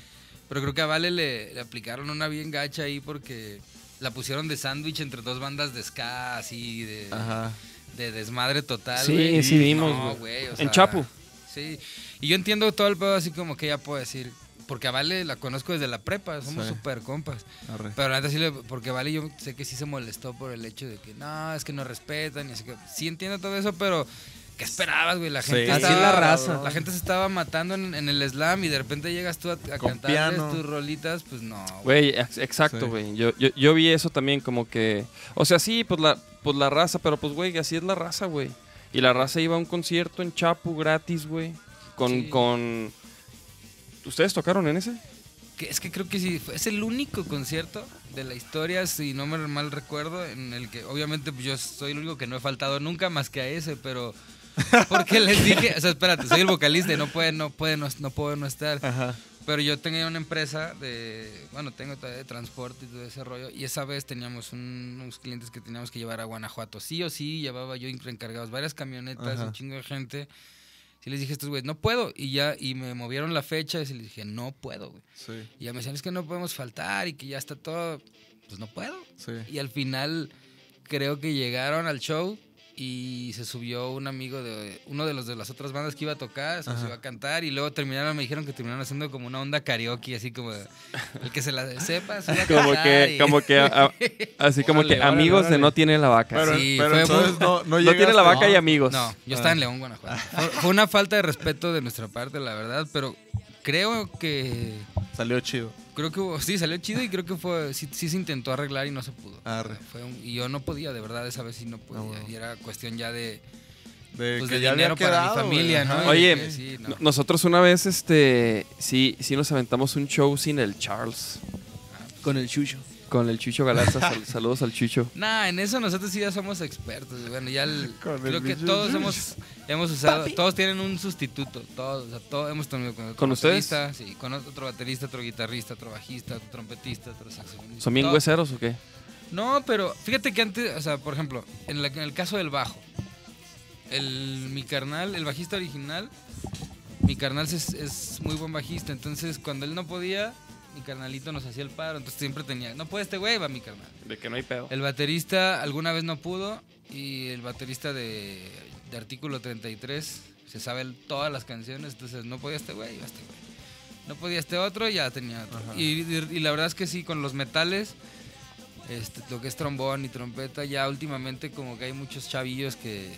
Pero creo que a Vale le, le aplicaron una bien gacha ahí porque la pusieron de sándwich entre dos bandas de ska, así, de... Ajá. de desmadre total. Sí, güey. sí vimos, No, güey. güey, o En sea, Chapu. Sí. Y yo entiendo todo el pedo así como que ya puedo decir. Porque a Vale la conozco desde la prepa, somos Sí. súper compas. Arre. Pero la neta sí, le- porque Vale yo sé que sí se molestó por el hecho de que no, es que no respetan y así que. Sí entiendo todo eso, pero. ¿Qué esperabas, güey? La gente Sí. Así estaba- la raza. La gente se estaba matando en, en el slam y de repente llegas tú a, a Con cantarles piano. tus rolitas, pues no. güey. Güey, ex- exacto, Sí. güey. Yo, yo, yo vi eso también como que... O sea, sí, pues la, pues la raza, pero pues, güey, así es la raza, güey. Y la raza iba a un concierto en Chapu gratis, güey. Con, Sí. con... ¿Ustedes tocaron en ese? Que- es que creo que sí, fue- es el único concierto de la historia, si no me mal recuerdo, en el que obviamente pues, yo soy el único que no he faltado nunca más que a ese, <laughs> pero porque les dije, o sea, espérate, soy el vocalista y no puede, no puede, no, no puedo no estar. Ajá. Pero yo tenía una empresa de, bueno, tengo todavía de transporte y todo ese rollo, y esa vez teníamos un- unos clientes que teníamos que llevar a Guanajuato, sí o sí, llevaba yo encargados varias camionetas, Ajá. un chingo de gente. Sí les dije a estos güeyes, no puedo, y ya, y me movieron la fecha y sí les dije, no puedo, güey. Sí, Y ya me decían, es que no podemos faltar y que ya está todo. Pues no puedo. sí. Y al final creo que llegaron al show y se subió un amigo de uno de los de las otras bandas que iba a tocar, se Ajá. subió a cantar y luego terminaron, me dijeron que terminaron haciendo como una onda karaoke, así como el que se la sepa, sube a Como cantar que, y- como que, a- a- así como Órale, que órale, amigos de órale. no tiene la vaca. Pero, Sí, pero fue entonces muy- <laughs> no, no no tiene la llegaste. vaca y amigos. Ah. No, yo estaba en León, Guanajuato. Fue, fue una falta de respeto de nuestra parte, la verdad, pero creo que Salió chido. creo que hubo- sí salió chido y creo que fue sí, sí se intentó arreglar y no se pudo. Arre. Fue un- y yo no podía, de verdad, esa vez sí no podía. Ah, bueno. Y era cuestión ya de, De pues, que de ya había dinero para quedado, mi familia, güey. ¿no? Ajá. Y Oye, dije, sí, no. No- Nosotros una vez, este, sí, sí nos aventamos un show sin el Charles. Con el chucho. Con el Chucho <laughs> Galaza. Sal- saludos al Chucho. Nah, en eso nosotros sí ya somos expertos. Bueno, <laughs> ya el- Con el creo que bicho. todos hemos, hemos usado, todos tienen un sustituto, todos, o sea, todos hemos tenido con, ¿Con ustedes? baterista, sí, con otro baterista, otro guitarrista, otro bajista, otro trompetista, otro saxofonista. ¿Son bien todo. hueseros o qué? No, pero fíjate que antes, o sea, por ejemplo, en, la- en el caso del bajo, el, mi carnal, el bajista original, mi carnal es, es muy buen bajista, entonces cuando él no podía, mi carnalito nos hacía el paro, entonces siempre tenía, no puede este güey, va mi carnal. De que no hay pedo. El baterista alguna vez no pudo y el baterista de, de Artículo 33 se sabe el- todas las canciones, entonces no podía este güey, iba este güey. No podía este otro, ya tenía otro. Y, y- y la verdad es que sí, con los metales, este, lo que es trombón y trompeta, ya últimamente como que hay muchos chavillos que,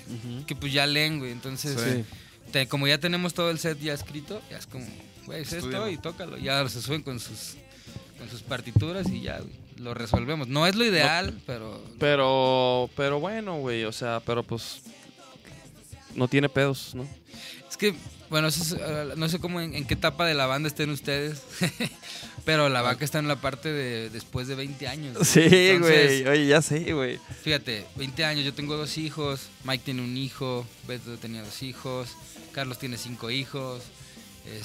que pues ya leen, güey. Entonces, Sí. te- como ya tenemos todo el set ya escrito, ya es como, güey, es esto Estúdialo. y tócalo. Ya se suben con sus, con sus partituras y ya, güey, Lo resolvemos. No es lo ideal, pero Pero, pero bueno, güey, o sea, pero pues no tiene pedos, ¿no? Es que, bueno, eso es, eh, no sé cómo en, en qué etapa de la banda estén ustedes, <laughs> pero la vaca está en la parte de después de 20 años. Ah. Sí, güey. Entonces, güey, oye, ya sé, güey. Fíjate, 20 años, yo tengo dos hijos, Mike tiene un hijo, Beto tenía dos hijos, Carlos tiene cinco hijos.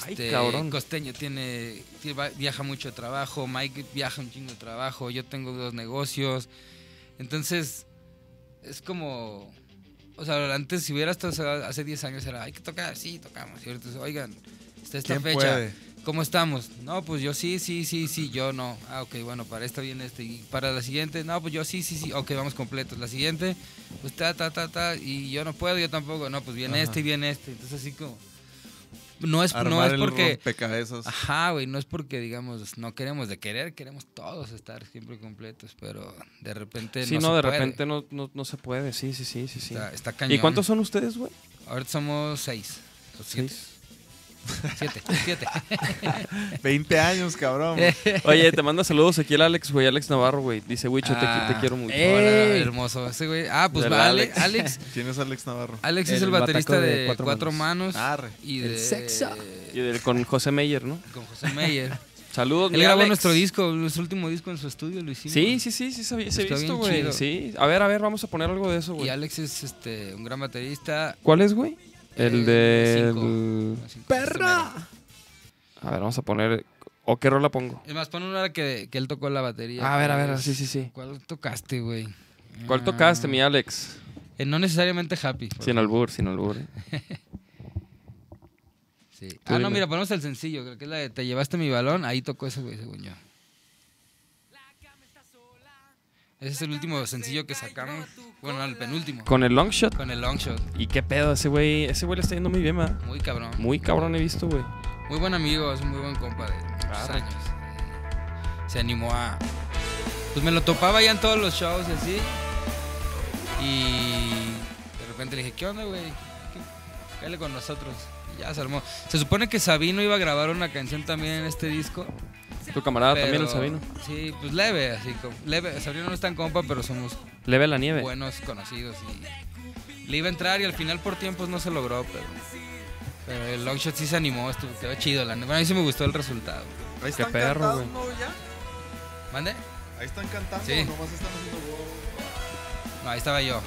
Este, cabrón. Costeño tiene, tie- va- viaja mucho de trabajo, Mike viaja un chingo de trabajo, yo tengo dos negocios. Entonces, es como, o sea, antes si hubiera estado hace- hace 10 años era, hay que tocar, sí, tocamos. Y ahorita es, oigan, está esta ¿Quién fecha. puede? ¿Cómo estamos? No, pues yo sí, sí, sí, sí, yo no. Ah, ok, bueno, para esta viene este. Y para la siguiente, no, pues yo sí, sí, sí. Ok, vamos completos. La siguiente, pues ta, ta, ta, ta. Y yo no puedo, yo tampoco. No, pues viene Ajá. este y viene este. Entonces así como... pues, No es, Armar no es el porque... <laughs> rompecabezas. Ajá, güey, no es porque digamos, no queremos de querer, queremos todos estar siempre completos, pero de repente... Sí, no, no, se de puede. repente no, no, no se puede, sí, sí, sí, sí, sí. Está, está cañón. ¿Y cuántos son ustedes, güey? Ahorita somos seis. o siete. <laughs> Siete, siete. 20 años, cabrón. Eh. Oye, te manda saludos aquí el Alex, güey, Alex Navarro, güey. Dice, güey, <laughs> yo te, Ah, te quiero mucho. hola, ¡Ey! hermoso. Ese güey. Ah, pues Del va, Ale- Alex. Alex. Alex, ¿Quién es Alex Navarro? es el El baterista bataco de, de cuatro, Cuatro manos. Arre. y El de sexo. Y del- con José Meyer, ¿no? con José <laughs> Meyer. Saludos, Él mi grabó Alex. nuestro disco, nuestro último disco en su estudio, lo hicimos. Sí, sí, sí, sí, sabía, sí, he Está visto, bien güey. chido. Sí. A ver, a ver, vamos a poner algo de eso, Y güey. Alex es este un gran baterista. ¿Cuál es, güey? Eh, El de... cinco. Así, ¡Perra! este mero. A ver, vamos a poner... ¿O qué rola pongo? Es más, pon una hora que, que él tocó la batería. A ver, a ver, ¿Cuál- sí, sí, sí. ¿Cuál tocaste, güey? ¿Cuál Ah, tocaste, mi Alex? eh, no necesariamente Happy. por Sin favor. albur, sin albur. eh. Sí. Ah, no, dime. mira, ponemos el sencillo, creo que es la de Te llevaste mi balón, ahí tocó ese güey, según yo. Ese es el último sencillo que sacamos, bueno, el penúltimo, Con el long shot. con el long shot. ¿Y qué pedo? Ese güey, ese güey le está yendo muy bien, ¿verdad? Muy cabrón. Muy cabrón he visto, güey. Muy buen amigo, es un muy buen compa de muchos Arre. años. Eh, Se animó a. Pues me lo topaba ya en todos los shows y así. Y de repente le dije, ¿qué onda, güey? ¿Qué- Cáele con nosotros. Y ya se armó. Se supone que Sabino iba a grabar una canción también en este disco. Tu camarada Ah, también, el pero- Sabino. Sí, pues leve, así como. Leve. Sabino no es tan compa, pero somos Leve la nieve. buenos conocidos. Y le iba a entrar y al final por tiempos no se logró, pero. Pero el long shot sí se animó, estuvo, quedó chido. La, neta. bueno, a mí sí me gustó el resultado. Ahí están perro, cantando, güey. ¿no, ya? ¿Mande? Ahí están cantando, Sí. nomás están haciendo wow. No, ahí estaba yo.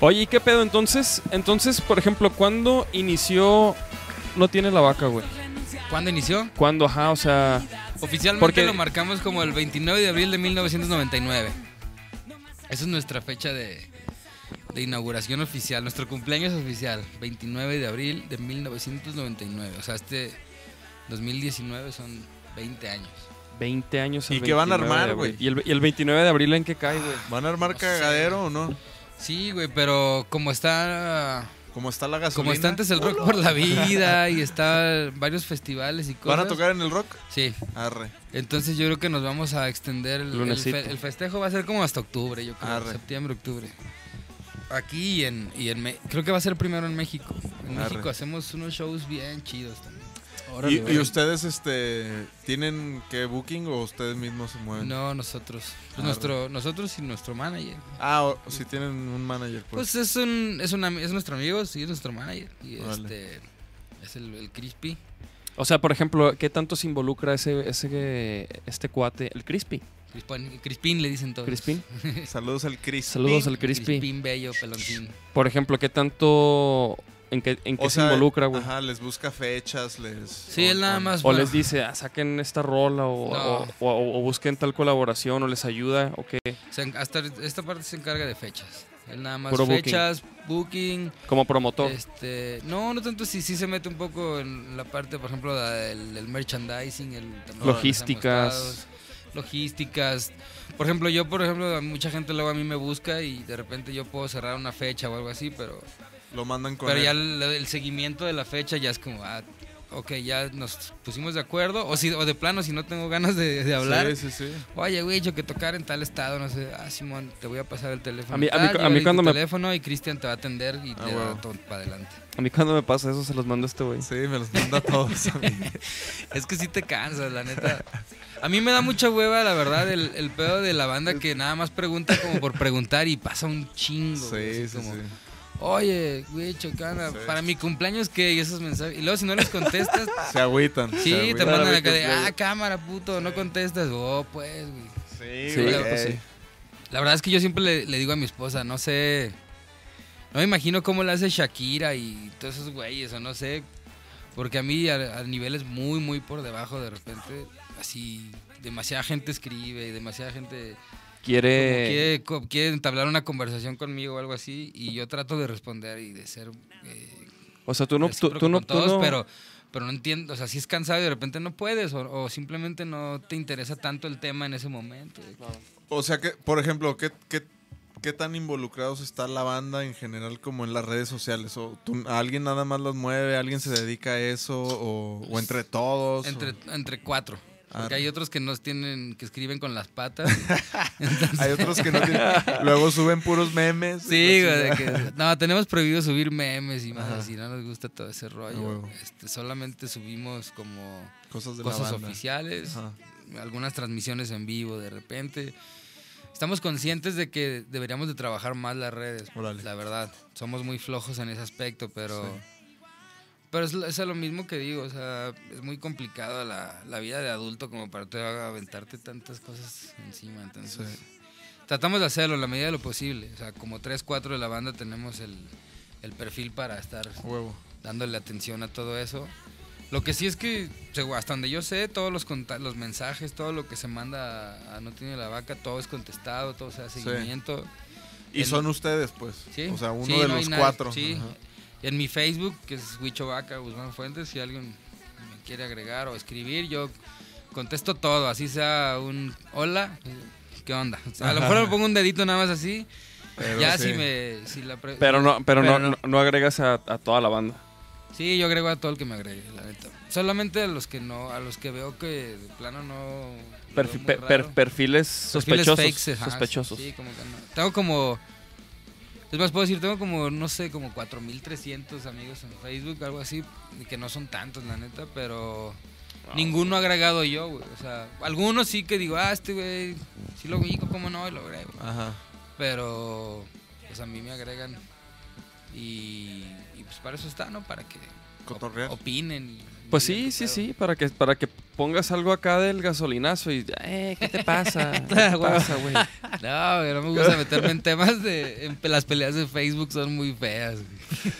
Oye, ¿y qué pedo? Entonces, entonces, por ejemplo, ¿cuándo inició No tiene la vaca, güey? ¿Cuándo inició? ¿Cuándo? Ajá, o sea, Oficialmente Porque- lo marcamos como el 29 de abril de 1999. Esa es nuestra fecha de, de inauguración oficial, nuestro cumpleaños oficial, 29 de abril de 1999. O sea, este 2019 son 20 años. 20 años el ¿Y qué van a 29 de armar, güey? abril. ¿Y el, y el 29 de abril en qué cae, güey? ¿Van a armar sé. cagadero o no? Sí, güey, pero como está. ¿Cómo está la gasolina? Como está antes el rock por la vida y está varios festivales y cosas. ¿Van a tocar en el rock? Sí, Arre. entonces yo creo que nos vamos a extender el, el, Lunesito. fe- el festejo va a ser como hasta octubre, yo creo, Arre. septiembre, octubre. Aquí y en, y en Me- creo que va a ser primero en México. En Arre. México hacemos unos shows bien chidos también. ¿Y, y ustedes este, tienen que booking o ustedes mismos se mueven? No, nosotros. Pues Arre. nuestro, nosotros y nuestro manager. Ah, o- si tienen un manager. Pues. Pues es un, es un ami- es nuestro amigo, sí, es nuestro manager. Y Órale. este es el, el crispy. O sea, por ejemplo, ¿qué tanto se involucra ese, ese este cuate, el Crispy? Crispin, Crispin le dicen todos. Crispin. Pues Saludos al Chris. Saludos al Crispy. Crispin bello, peloncín. Por ejemplo, ¿qué tanto en qué, en qué se involucra, güey? Ajá, les busca fechas, les... Sí, o- él nada o- más. O bueno, les dice, ah, saquen esta rola o, No. o- o- o busquen tal colaboración o les ayuda o qué. se en- hasta esta parte se encarga de fechas. Él nada más Puro booking. fechas, booking. Como promotor. este, no, no tanto, sí, sí se mete un poco en la parte, por ejemplo, la del, del merchandising, el, también los Logísticas. amostrados, Logísticas. Por ejemplo, yo, por ejemplo, a mucha gente luego a mí me busca y de repente yo puedo cerrar una fecha o algo así, pero Lo mandan con Pero ya él. el, el seguimiento de la fecha ya es como, ah, ok, ya nos pusimos de acuerdo. O, si, o de plano, si no tengo ganas de, de hablar. Sí, sí, sí. Oye, güey, yo que tocar en tal estado, no sé. Ah, Simón, te voy a pasar el teléfono. A mí- a tal, mí cu- a mí llégale tu cuando me- teléfono y Cristian te va a atender y Ah, te da huevo. todo para adelante. A mí cuando me pasa eso se los mando a este güey. Sí, me los manda <laughs> a todos. a mí. Es que sí te cansas, la neta. A mí me da mucha hueva, la verdad, el, el pedo de la banda que nada más pregunta como por preguntar y pasa un chingo. güey, sí, así sí, como, sí. Oye, güey, chocana, Sí. para mi cumpleaños, ¿qué? Y esos mensajes. Y luego, si no les contestas, Se agüitan. se Sí, te agüitan. mandan acá de, ah, cámara, puto, no contestas. Oh, pues, güey. Sí, Sí, güey. la pues sí. La verdad es que yo siempre le, le digo a mi esposa, no sé, no me imagino cómo le hace Shakira y todos esos güeyes, o no sé. Porque a mí a, a niveles muy, muy por debajo de repente, así, demasiada gente escribe y demasiada gente como Quiere... quiere, co- quiere entablar una conversación conmigo o algo así y yo trato de responder y de ser... eh, O sea, tú no... Tú, recíproco tú no, con tú todos, no- pero pero no entiendo, o sea, si es cansado y de repente no puedes o, o simplemente no te interesa tanto el tema en ese momento. O sea que, por ejemplo, ¿qué, qué, qué tan involucrados está la banda en general como en las redes sociales? ¿O tú- a alguien nada más los mueve? ¿Alguien se dedica a eso? ¿O, o entre todos? Entre, ¿O- entre cuatro. Porque Ah. hay otros que nos tienen, que escriben con las <laughs> patas. Hay otros que no tienen... Luego suben puros memes. <laughs> Sí, Así, güey, de ¿no? que- no, tenemos prohibido subir memes y más Ajá. así, no nos gusta todo ese rollo. A huevo. Este, solamente subimos como Cosas de la cosas banda. oficiales, Ajá. algunas transmisiones en vivo de repente. Estamos conscientes de que deberíamos de trabajar más las redes, Órale. la verdad. Somos muy flojos en ese aspecto, pero... Pero es, lo- es a lo mismo que digo, o sea, es muy complicado la, la vida de adulto como para tú aventarte tantas cosas encima, entonces... Tratamos de hacerlo en la medida de lo posible, o sea, como 3, 4 de la banda tenemos el, el perfil para estar Huevo. dándole atención a todo eso. Lo que sí es que, segu- hasta donde yo sé, todos los, conta- los mensajes, todo lo que se manda a, a No Tiene la Vaca, todo es contestado, todo se da Sí. seguimiento. Y El- son ustedes, pues. Sí, O sea, uno sí, de no hay los nadie- cuatro. sí. Ajá. En mi Facebook, que es Huicho Vaca Guzmán Fuentes, si alguien me quiere agregar o escribir, yo contesto todo, así sea un hola, ¿qué onda? O sea, a lo mejor le pongo un dedito nada más así, Pero ya sí. si me... Si la pre- Pero no, pero, no, Pero no. no- no agregas a, a toda la banda. Sí, yo agrego a todo el que me agregue, la neta. Solamente a los que no, a los que veo que de plano no... lo Perfi- veo muy per- raro. per- perfiles Perfiles sospechosos. fakes, ajá, sospechosos. Sí, como que no. Tengo como... Es más, puedo decir, tengo como, no sé, como 4.300 amigos en Facebook, algo así, que no son tantos, la neta, pero Ah, ninguno agregado yo, güey. O sea, algunos sí que digo, ah, este güey, sí lo ubico, cómo no, y lo agrego. Ajá. Pero, pues a mí me agregan y, y pues para eso está, ¿no? Para que Cotorrear. op- opinen. y- Pues y digan sí, qué sí, pedo. <laughs> sí, para que, para que pongas algo acá del gasolinazo y, eh, ¿qué te pasa? <laughs> ¿Qué te pasa, güey? No, güey, no me gusta meterme en temas de... en pe- las peleas de Facebook son muy feas, güey.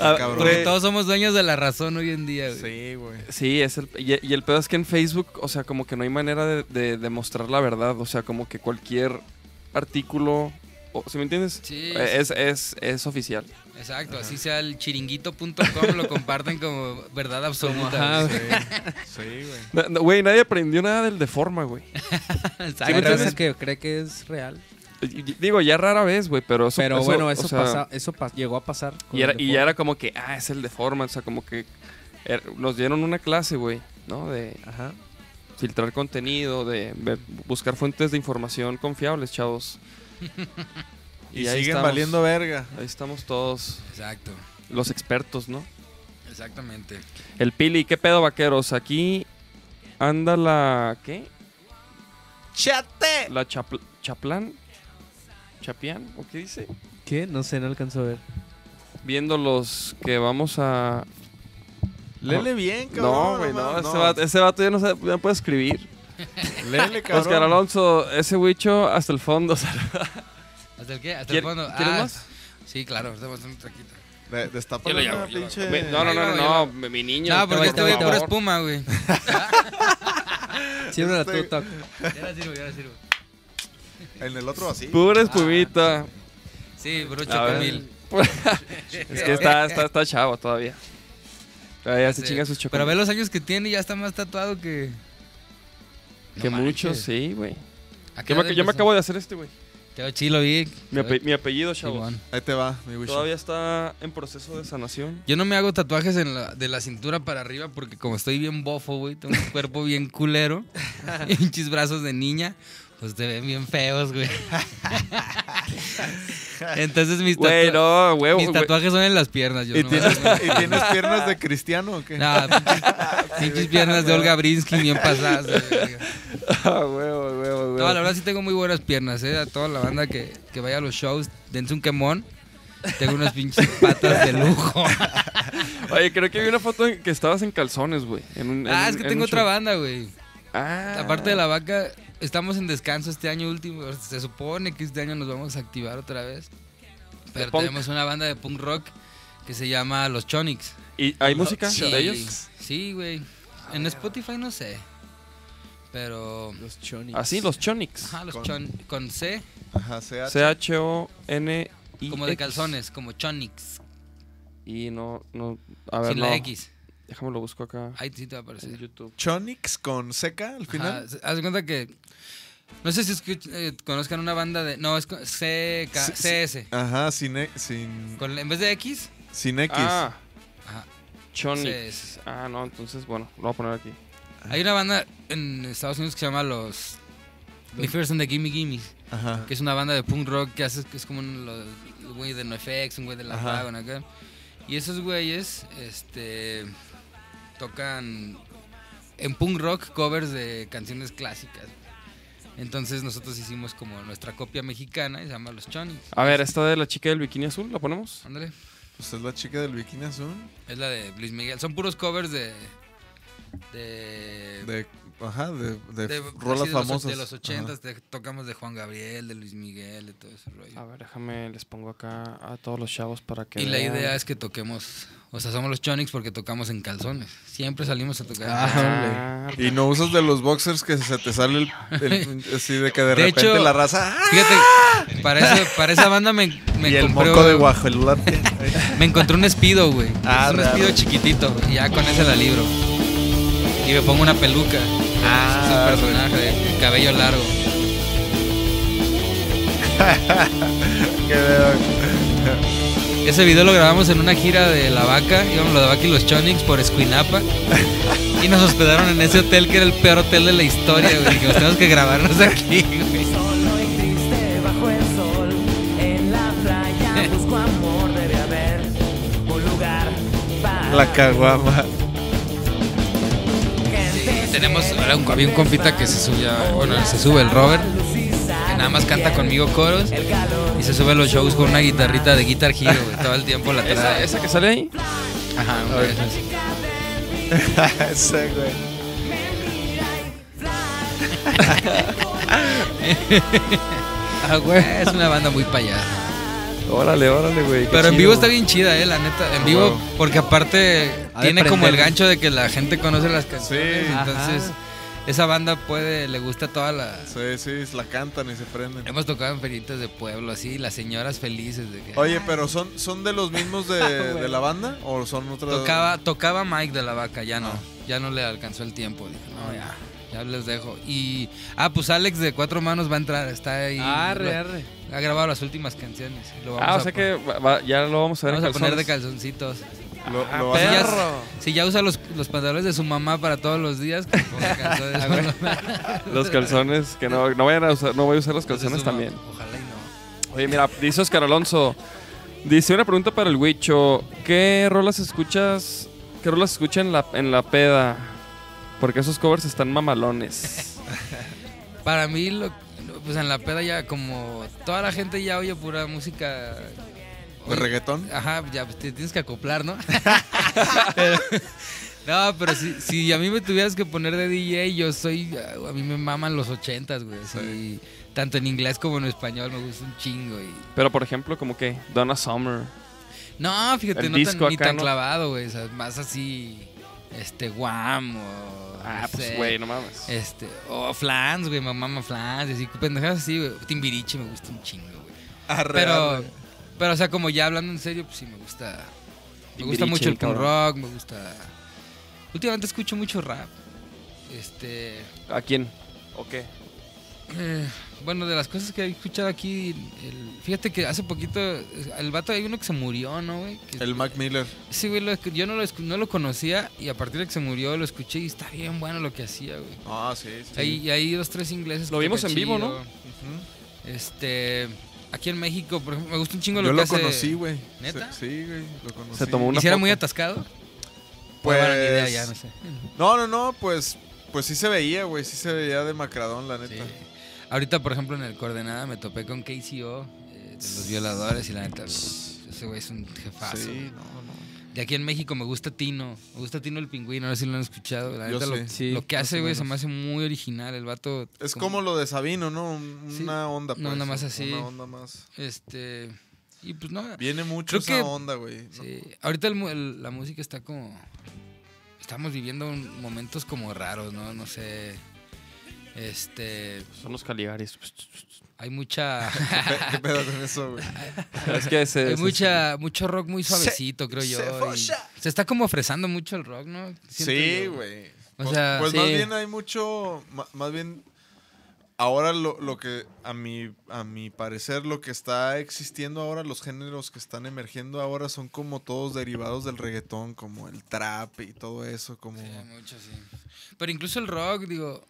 Ah, cabrón. Porque güey, todos somos dueños de la razón hoy en día, güey. Eh. Sí, güey. Sí, es el, y, y el pedo es que en Facebook, o sea, como que no hay manera de, de demostrar la verdad. O sea, como que cualquier artículo, o- ¿sí me entiendes? Sí, Eh, Es, es, es oficial. Exacto, así sea el chiringuito.com, lo comparten como verdad absoluta. Ajá, <laughs> güey. Sí, güey. Na- na- Güey, nadie aprendió nada del deforma, <laughs> güey. Hay Exacto. raza entonces- que cree que es real. Y- y- Digo, ya rara vez, güey, pero eso Pero eso, bueno, o eso, sea, pasa, eso pas- llegó a pasar. con Y era, el y ya deporte. era como que, ah, es el deforma. O sea, como que er- nos dieron una clase, güey, ¿no? De Ajá. filtrar contenido, de ver- buscar fuentes de información confiables, <laughs> chavos. Y, ahí siguen estamos. valiendo verga. Ahí estamos todos Exacto, los expertos, ¿no? exactamente. El Pili, ¿qué pedo, vaqueros? Aquí anda la. ¿Qué? ¡Chate! La chapl- Chaplán. ¿Chapián? ¿O qué dice? ¿Qué? No sé, no alcanzó a ver. Viendo los que vamos a. Lele bien, cabrón. No, güey, no. mames, Ese, vato, ese vato ya no, sabe- ya no puede escribir. <laughs> Lele, cabrón. Oscar Alonso, ese huicho hasta el fondo. o sea, ¿Hasta el qué? ¿Hasta ¿quiere- el fondo? ¿Quieres Ah, más? Sí, claro, estamos un taquito. De, destapa Yo lo la llamo, yo lo pinche. Güey, No, no, no, Ahí no, va, ahí no, mi niño. No, porque por este güey favor. pura espuma, güey. Siempre Estoy- tú, Toc. Ya la sirvo, ya la sirvo. En el otro así. Pura espumita. Ah, Sí, bro, A ver. chocomil. <laughs> Es que está, <laughs> está, está chavo todavía. Todavía se chinga sus Pero chocolates. ve los años que tiene y ya está más tatuado que... Que No muchos, manches. sí, güey. ¿A qué Yo, me- edad yo me empezó? acabo de hacer este, güey. Quedó chilo, Vic. Mi, ape- mi apellido, chavos. Simón. Ahí te va, mi wish. Todavía está en proceso de sanación. Yo no me hago tatuajes en la- de la cintura para arriba porque como estoy bien bofo, güey, tengo un cuerpo <laughs> bien culero y pinches brazos de niña, pues te ven bien feos, güey. <laughs> Entonces mis, tatua- Güey, no, huevo. mis güey. tatuajes son en las piernas. Yo ¿Y no, tienes, <laughs> ¿Y tienes piernas de cristiano o qué? No, pinches, pinches piernas de Olga Brinsky bien pasadas. güey. Ah, <laughs> huevo, huevo, No, la huevo. verdad sí tengo muy buenas piernas, ¿eh? A toda la banda que, que vaya a los shows, dense un quemón. Tengo unas <laughs> pinches patas de lujo. Oye, creo que vi una foto en que estabas en calzones, güey. en un- Ah, en- es que en tengo un otra show. banda, güey. Ah. Aparte de la vaca, estamos en descanso este año último. Se supone que este año nos vamos a activar otra vez. Pero punk. tenemos una banda de punk rock que se llama Los Chonics. ¿Y hay música Sí, de ellos? Sí, güey. En Spotify no sé. Pero. Los chonis. Así, Ah, los Chonics. Ajá, los Con- chon, con C, Ajá, sea. C-H-O-N-I. como de calzones, como Chonics. Y no, no. A ver, Sin no. la X. Déjame lo busco acá Ahí sí te va a aparecer. en YouTube. Chonix con seca al Ajá, final. se- Haz de cuenta que. No sé si escuch- eh, conozcan una banda de. No, es con- C, K- Sí, sí. CS. Ajá, sin, e- sin, Con- en vez de X. sin X. Ah, Ajá. Chonics. Sí, sí. Ah, no, entonces, bueno, lo voy a poner aquí. Hay una banda en Estados Unidos que se llama los Me First and the Gimme Gimmes, Ajá. que es una banda de punk rock que hace que es como un lo- un güey de NoFX, un güey de la Ajá. Dragon acá. Y esos güeyes este tocan en punk rock covers de canciones clásicas. Entonces nosotros hicimos como nuestra copia mexicana y se llama Los Chonics. A ver, esta de la chica del bikini azul, ¿la ponemos? Ándale. Pues es la chica del bikini azul. Es la de Luis Miguel. Son puros covers de de De, ajá, de, de, Eh, de, rolas así de los- famosas. de los Ajá. 80 tocamos de Juan Gabriel, de Luis Miguel, de todo ese rollo. A ver, déjame, les pongo acá a todos los chavos para que. y la vean. idea es que toquemos, o sea, somos los Chonics porque tocamos en calzones. Siempre salimos a tocar. en Ah, calzones. Ah, Y no usas de los boxers que se te sale el. <laughs> el- así de que de, De repente hecho- la raza. ¡ah! Fíjate, para, ese- para esa banda me, me Y el compré moco de <laughs> guajolote. me encontré un espido, güey. Ah, Es un raro. espido chiquitito y ya con ese la libro. Y me pongo una peluca. Ah, es un personaje de cabello <laughs> largo. que de- Ese video lo grabamos en una gira de La Vaca, íbamos La Vaca y los Chonix por Escuinapa. Y nos hospedaron en ese hotel que era el peor hotel de la historia, güey. Que nos tenemos que grabarnos aquí, güey. Solo y triste bajo el sol, en la <laughs> playa busco amor, debe haber un lugar para la caguama. gente Tenemos, ahora un- había un compita confita que se sube, bueno, se sube el Robert, que nada más canta conmigo coros El calor y se sube a los shows con una guitarrita de Guitar Hero, güey. Todo el tiempo <laughs> la ¿Esa, trae. esa que sale ahí? Ajá, güey. Ese, güey. Ah, güey, Es una banda muy payasa. Órale, órale, güey. qué Pero en chido. vivo está bien chida, eh, la neta. En vivo, porque aparte Ha de tiene como el prender. gancho de que la gente conoce las canciones. Sí. Entonces, Esa banda puede, le gusta a toda la... Sí, sí, la cantan y se prenden. Hemos tocado en feritas de pueblo, así, las señoras felices. De que, Oye, pero ¿son, son de los mismos <laughs> de, de la banda o son otros? Ah, Tocaba, tocaba Mike de la Vaca, ya no. Ya no le alcanzó el tiempo. Dije, no, ya, ya les dejo. Y. Ah, pues Alex de Cuatro Manos va a entrar, está ahí. Arre, Lo- arre. Ha grabado las últimas canciones. Lo vamos Ah, o a sea pon- que va- va- ya lo vamos a ver en Vamos a poner de calzones. calzoncitos. Lo, lo Si van a- ya, si ya usa los, los pantalones de su mamá para todos los días, <laughs> que ponga calzones. Los calzones, que no, no vayan a usar, no voy a usar los calzones De su mamá. también. Ojalá y no. Oye, mira, dice Oscar Alonso. Dice una pregunta para el Huicho. ¿Qué rolas escuchas? ¿Qué rolas escuchas en la, en la peda? Porque esos covers están <laughs> mamalones. Para mí, lo, pues en la peda ya como toda la gente ya oye pura música. ¿De Oye, reggaetón? Ajá, ya pues, te tienes que <laughs> acoplar, ¿no? Pero- no, pero si, si a mí me tuvieras que poner de DJ, yo soy. A mí me maman los ochentas, güey. así, Tanto en inglés como en español me gusta un chingo. Y... Pero por ejemplo, como que Donna Summer. No, fíjate, El no tan- disco ni acá, tan ¿no? clavado, güey. o sea, más así. Este, guam o. Ah, no pues sé, güey, no mames. Este, o Flans, güey, mamá, mamá Flans, y así, pendejadas así, güey. Timbiriche me gusta un chingo, güey. Ah, Pero, pero, o sea, como ya hablando en serio, pues sí me gusta. Me gusta Timbiriche, mucho el el cabrón. punk rock, me gusta. Últimamente escucho mucho rap. Este. ¿A quién? ¿O qué? eh, bueno, de las cosas que he escuchado aquí, el- fíjate que hace poquito, eh, el vato, hay uno que se murió, ¿no, güey? Que- El Mac Miller. Sí, güey, lo escu- yo no lo, escu- no lo conocía y a partir de que se murió lo escuché y está bien bueno lo que hacía, güey. Ah, sí, sí. Ahí, y ahí dos, tres ingleses. Lo que vimos toca en vivo, ¿no? chido. Este. Aquí en México, por ejemplo, me gusta un chingo Yo lo lo, que hace- conocí, güey. ¿Neta? Se- Sí, güey, lo conocí. Se tomó ¿Y una si era foto. muy atascado? Pues- No, bueno, ni idea, ya no sé. No, no, no, pues, pues sí se veía, güey. Sí se veía de macradón, la Sí. neta. Ahorita, por ejemplo, en el Coordenada me topé con KCO, eh, de los violadores, y la neta, pues, ese güey es un jefazo. Sí, güey. no, no. De aquí en México me gusta Tino, me gusta Tino el pingüino, no sé si lo han escuchado. La Yo neta, lo, sí. Sí, lo que más hace, o güey, se me menos. hace muy original. El vato. Es como lo de Sabino, ¿no? Un- Sí. Una onda, pues. Una onda más así. Una onda más. Este. Y pues no. Viene mucho Creo que- esa onda, güey. ¿no? Sí, ahorita el mu- el- la música está como... Estamos viviendo un- momentos como raros, ¿no? No sé. Este... Son los <laughs> Caligaris. Hay <laughs> mucha... ¿Qué, <laughs> qué pedo con eso, güey? es que ese- hay ese- mucha mucho rock muy suavecito, creo yo. se y folla. se está como fresando mucho el rock, ¿no? Siento Sí, yo. güey. O Pues, sea, pues sí. más bien hay mucho, ma- más bien ahora lo, lo que a mi a mi parecer lo que está existiendo ahora, los géneros que están emergiendo ahora son como todos derivados del reggaetón, como el trap y todo eso, como Sí, mucho, sí. Pero incluso el rock, digo,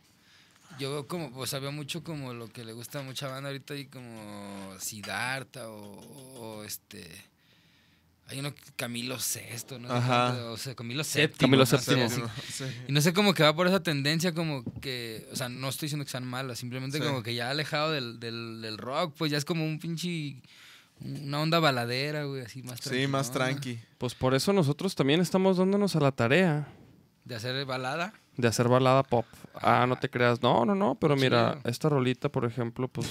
yo veo como, o sea, veo mucho como lo que le gusta a mucha banda ahorita y como Sidarta o, o este. Hay uno que- Camilo Sexto, ¿no? Ajá. O sea, Camilo Séptimo. Camilo ¿no? Sí, Séptimo. sí. <laughs> Sí. Y no sé cómo que va por esa tendencia, como que, o sea, no estoy diciendo que sean malas, simplemente Sí. como que ya alejado del, del, del rock, pues ya es como un pinche, una onda baladera, güey, así más Sí, más tranquilona, tranqui. Pues por eso nosotros también estamos dándonos a la tarea De hacer balada. de hacer balada pop. Ah, no te creas. No, no, no. Pero mira, Chido. esta rolita, por ejemplo, pues.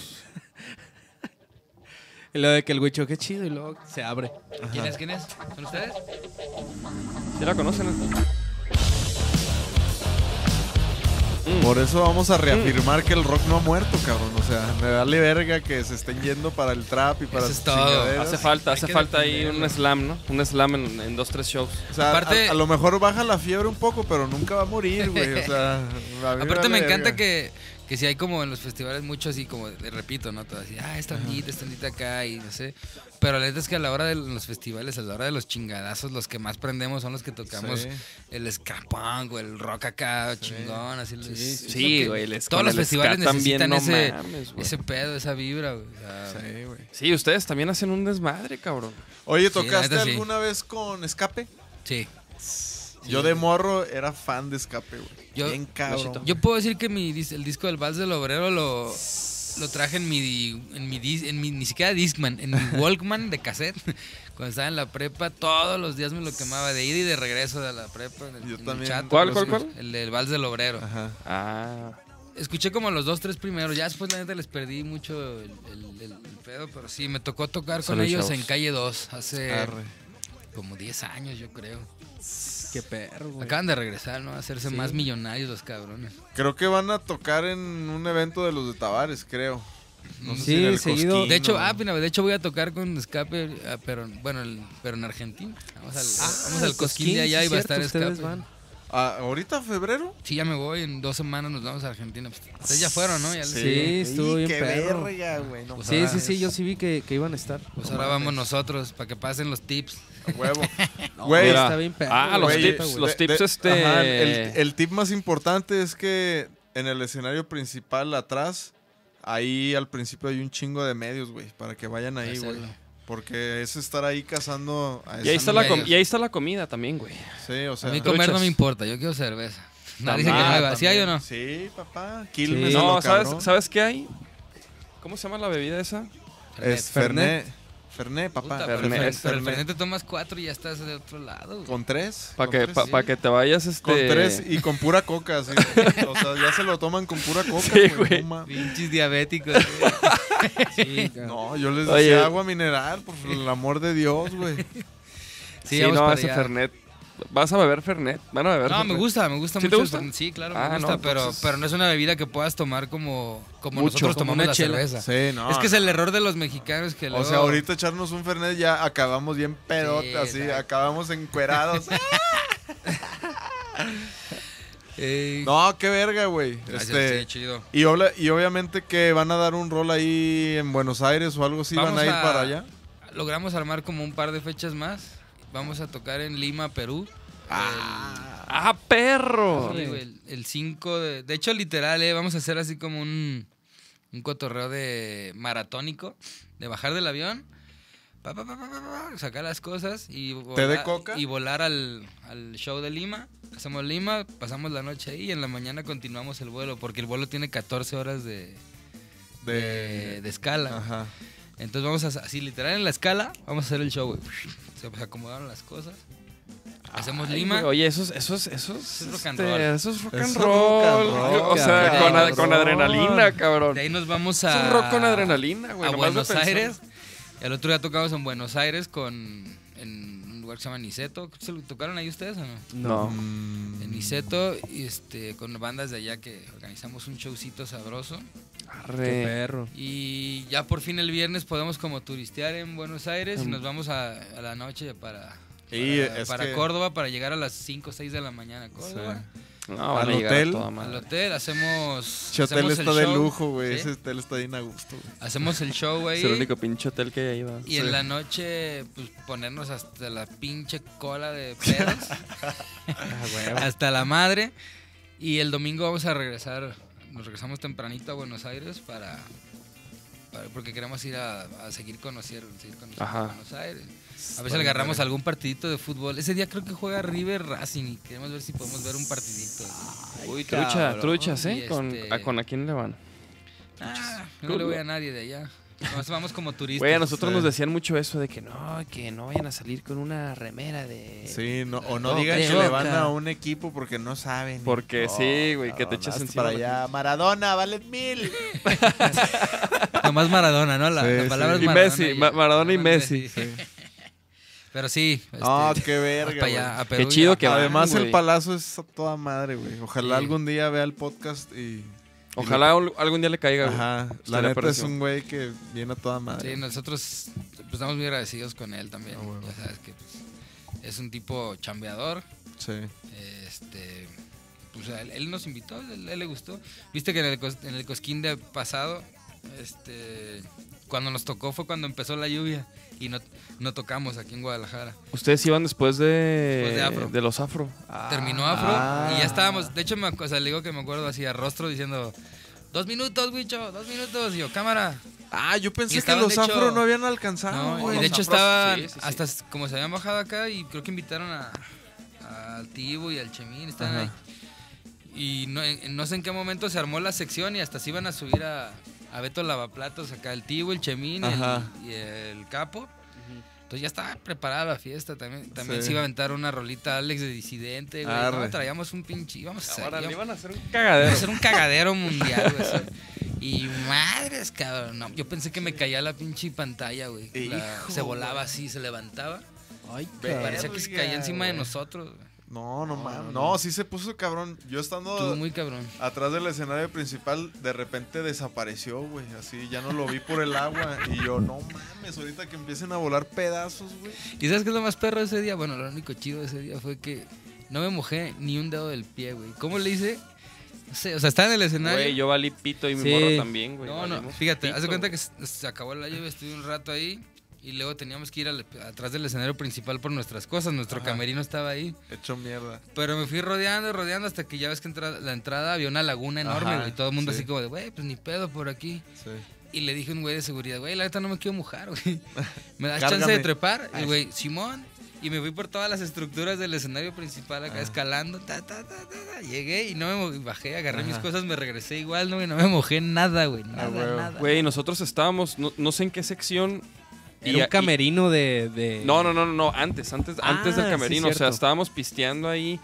Y lo de que el huicho, qué chido, y luego se abre. ¿Quién es? ¿Quién es? ¿Son ustedes? ¿Sí la conocen? Por eso vamos a reafirmar que el rock no ha muerto, cabrón. O sea, me vale verga que se estén yendo para el trap y para Eso es sus todo. chingaderas. Hace falta, hace que falta ahí defenderlo. un slam, ¿no? Un slam en, en dos, tres shows. O sea, a- Aparte- a, lo mejor baja la fiebre un poco, pero nunca va a morir, güey. <laughs> O sea, a Pues mí Aparte me vale encanta verga. que, que si hay como en los festivales mucho así como, de- repito, ¿no? Todo así, ah, esta ondita, esta ondita acá y no sé. Pero la neta es que a la hora de los festivales, a la hora de los chingadazos, los que más prendemos son los que tocamos Sí. el ska punk o el rock acá chingón, así. Sí, Sí, güey, el ska- Todos los el ska festivales también, necesitan no ese, mames, güey. ese pedo, esa vibra, güey. O sea, Sí, güey. Sí, ustedes también hacen un desmadre, cabrón. Oye, Sí, la ¿tocaste neta sí. alguna vez con Escape? sí. Yo de morro era fan de Escape, güey. Yo- Bien cabrón. Yo puedo decir que mi, dis- el disco del Vals del Obrero lo, lo traje en mi, di- en, mi dis- en mi- ni siquiera Discman, en <laughs> mi Walkman de cassette. <laughs> Cuando estaba en la prepa, todos los días me lo quemaba de ida y de regreso de la prepa. En el, Yo en el también. chato. ¿Cuál, Los- cuál, cuál? El del Vals del Obrero. Ajá. Ah. Escuché como los dos, tres primeros. Ya después, la neta, les perdí mucho el, el- el- el pedo, pero sí, me tocó tocar con Salud, ellos chavos. en Calle 2 hace Arre. como 10 años, yo creo. Qué perro, güey. Acaban de regresar, ¿no? A hacerse más millonarios los cabrones. Creo que van a tocar en un evento de los de Tavares, creo. No sé Sí, si en el seguido. Cosquín De hecho, o- ah, mira, de hecho voy a tocar con Escape, ah, pero bueno, el- pero en Argentina. Vamos al, vamos pues al Cosquín de allá y va a estar Escape. ustedes van. Ah, ¿Ahorita febrero? Sí, ya me voy, en dos semanas nos vamos a Argentina. Pues, ustedes ya fueron, ¿no? Ya les- Sí, estuvo bien perro. güey. no sí, mames. sí, sí, yo sí vi que, que iban a estar. Pues ahora vamos nosotros para que pasen los tips. A <laughs> Huevo. Güey, Mira. está bien perro, Ah, los güey. tips, los de- tips de- este... ajá, el, el tip más importante es que en el escenario principal atrás, ahí al principio hay un chingo de medios, güey, para que vayan ahí, güey. Hacerlo. Porque es estar ahí cazando a y, ahí esa- está la com- medios. y ahí está la comida también, güey. Sí, o sea. A mí comer no truchas. me importa, yo quiero cerveza. No, También, dice ah, que no hay, va. ¿Sí hay o no? Sí, papá. Quilmes. Sí. a lo No, ¿sabes, cabrón. ¿sabes qué hay? ¿Cómo se llama la bebida esa? Es Fernet. Fernet. Fernet, papá. Puta, pero Fernet, Fernet- es pero el Fernet. Fernet te tomas cuatro y ya estás de otro lado. güey. Con tres. Para con que, tres, pa- sí. pa' que te vayas este... Con tres y con pura coca, sí. <laughs> O sea, ya se lo toman con pura coca, Sí, güey. güey. No, mames. Pinches diabéticos. güey. Sí, cabrón. No, yo les Oye. decía agua mineral, por el amor de Dios, <laughs> güey. Sí, vamos no, para ese allá. Fernet. ¿Vas a beber Fernet? ¿Van a beber No, me Fernet? gusta, me gusta ¿Sí mucho te el gusta? Fernet. Sí, claro, Ah, me no, gusta, pero, entonces- pero no es una bebida que puedas tomar como, como Mucho, nosotros como tomamos una la chela. cerveza. Sí, no. es que es el error de los mexicanos que O luego- sea, ahorita echarnos un Fernet ya acabamos bien pedote, Sí, así, exacto. <laughs> acabamos encuerados. Ey, no, qué verga, güey. gracias, Este, sí, chido. y, obla- y obviamente que van a dar un rol ahí en Buenos Aires o algo así, van Vamos a ir a- para allá. Logramos armar como un par de fechas más. Vamos a tocar en Lima, Perú. ¡Ah, perro! Sí, güey, el- el 5 de... De hecho, literal, eh, vamos a hacer así como un, un cotorreo de maratónico, de bajar del avión, pa, pa, pa, pa, pa, pa, sacar las cosas y, ¿Té de volar- coca? y volar al, al show de Lima. Hacemos Lima, pasamos la noche ahí y en la mañana continuamos el vuelo, porque el vuelo tiene 14 horas de, de, De... de escala. Ajá. Entonces vamos a, así literal en la escala, vamos a hacer el show, güey. Se pues, acomodaron las cosas. Hacemos Ay, Lima. güey, Oye, esos, esos, esos. Es rock and este, roll. Eso es rock Es and rock and roll. roll, O sea, con, ad- cabrón. con adrenalina, cabrón. De ahí Es nos vamos a... un rock con adrenalina, güey. a nomás de Buenos pensar. Aires. Y al otro día tocamos en Buenos Aires con en un lugar que se llama Niceto. ¿Se lo tocaron ahí ustedes o no? No. Mm, En Niceto, y, este, con bandas de allá que organizamos un showcito sabroso. Qué Arre. perro. Y ya por fin el viernes podemos como turistear en Buenos Aires Mm. y nos vamos a, a la noche para, Y para, es para que- Córdoba para llegar a las 5 o 6 de la mañana a Córdoba. No, van Al a llegar a hotel. toda Al madre. hotel hacemos... Ese hotel hacemos el está de show, lujo, güey. ¿sí? Ese hotel está bien a gusto, güey. Hacemos el show ahí. Es el único pinche hotel que hay iba. Y en la noche, pues ponernos hasta la pinche cola <laughs> de pedos. Ah, hasta la madre. Y el domingo vamos a regresar. Nos regresamos tempranito a Buenos Aires para. para- porque queremos ir a, a seguir conociendo, seguir conociendo Ajá. Buenos Aires. A veces le agarramos algún partidito de fútbol. Ese día creo que juega River Racing y queremos ver si podemos ver un partidito. Ah, Uy, Trucha, truchas, Y ¿eh? Con, este- a, ¿Con a quién le van? Ah, no le voy a nadie de allá. Nos vamos como turistas. Güey, a nosotros sí. nos decían mucho eso de que no, que no vayan a salir con una remera de. Eh, Sí, no, o no Boca, digan que Boca. le van a un equipo porque no saben. Porque No, sí, güey, que te cabrón, echas hasta encima. para allá. Maradona, vale mil. Nomás Maradona, ¿no? La, Sí, la sí. palabra es Y Maradona Messi, Ma- Maradona y Messi. Pero sí. Ah, este, qué vamos verga. para allá, güey. a Perú y chido a- que van, Además, el güey. palazo es a toda madre, güey. Ojalá Sí. algún día vea el podcast y. Ojalá al- algún día le caiga, güey. Ajá. La Estaría neta es perrísimo. un güey que viene a toda madre. Sí, nosotros pues, estamos muy agradecidos con él también. Ah, bueno. Ya sabes que pues, es un tipo chambeador. Sí. Este, pues, a él, él nos invitó, a él, a él le gustó. Viste que en el, cos- en el cosquín de pasado, este, cuando nos tocó fue cuando empezó la lluvia y no, no tocamos aquí en Guadalajara. Ustedes iban después de. de Afro. de los afro. Terminó Afro Ah. y ya estábamos. De hecho, me, acu- o sea, le digo que me acuerdo así a rostro diciendo: Dos minutos, bicho, dos minutos. Y yo, cámara. Ah, yo Y pensé que estaban, los de hecho- afro no habían alcanzado, No, Ah, güey. y de hecho, sabrosos, estaban. sí, sí, sí. Hasta s- como se habían bajado acá y creo que invitaron a. Al Tibo y al Chemín, estaban Ajá. ahí. Y no, en- no sé en qué momento se armó la sección y hasta se iban a subir a, a Beto Lavaplatos acá, el Tibo, el Chemín y el, Ajá. y el Capo. Entonces ya estaba preparada la fiesta también. También Sí. se iba a aventar una rolita Alex de disidente, güey. Arre. No, traíamos un pinche. Íbamos a hacer- Ahora le íbamos- iban a hacer un Iba a cagadero. ser un cagadero mundial, güey. eso. Y madres, cabrón. no, yo pensé que me caía la pinche pantalla, güey. La- Hijo, Se volaba así, se levantaba. Ay, Parecía que se Verga, caía encima de güey. nosotros. güey. No, no, No, mames. no. No, sí se puso cabrón. Yo Estuvo estando muy cabrón. atrás del escenario principal, de repente desapareció, güey. Así, ya no lo vi por el agua. Y yo, no mames, ahorita que empiecen a volar pedazos, güey. ¿Y sabes qué es lo más perro de ese día? Bueno, lo único chido de ese día fue que no me mojé ni un dedo del pie, güey. ¿Cómo le hice? No sé, o sea, estaba en el escenario. Güey, yo valí pito y mi Sí. morro también, güey. no, no, valimos fíjate, pito, haz de cuenta güey. que s- se acabó la lluvia, estuve un rato ahí y luego teníamos que ir al- atrás del escenario principal por nuestras cosas. Nuestro Ajá. camerino estaba ahí. Hecho mierda. Pero me fui rodeando, rodeando hasta que ya ves que entra- la entrada había una laguna enorme, Ajá, güey. Todo el mundo sí. así como de, güey, pues ni pedo por aquí. Sí. Y le dije a un güey de seguridad, güey, la neta no me quiero mojar, güey. ¿Me das Cárgame. chance de trepar? Y el güey, Simón. Y me fui por todas las estructuras del escenario principal acá escalando. Ta, ta, ta, ta, ta. Llegué y no me mo- bajé, agarré mis cosas, me regresé igual, no, y no me mojé nada, güey. Nada, huevo. nada. Güey, nosotros estábamos, no, no sé en qué sección. y- Era un y- camerino de, de- No, no, no, no, no, antes, antes, Ah, antes del sí, camerino. o sea, cierto. estábamos pisteando ahí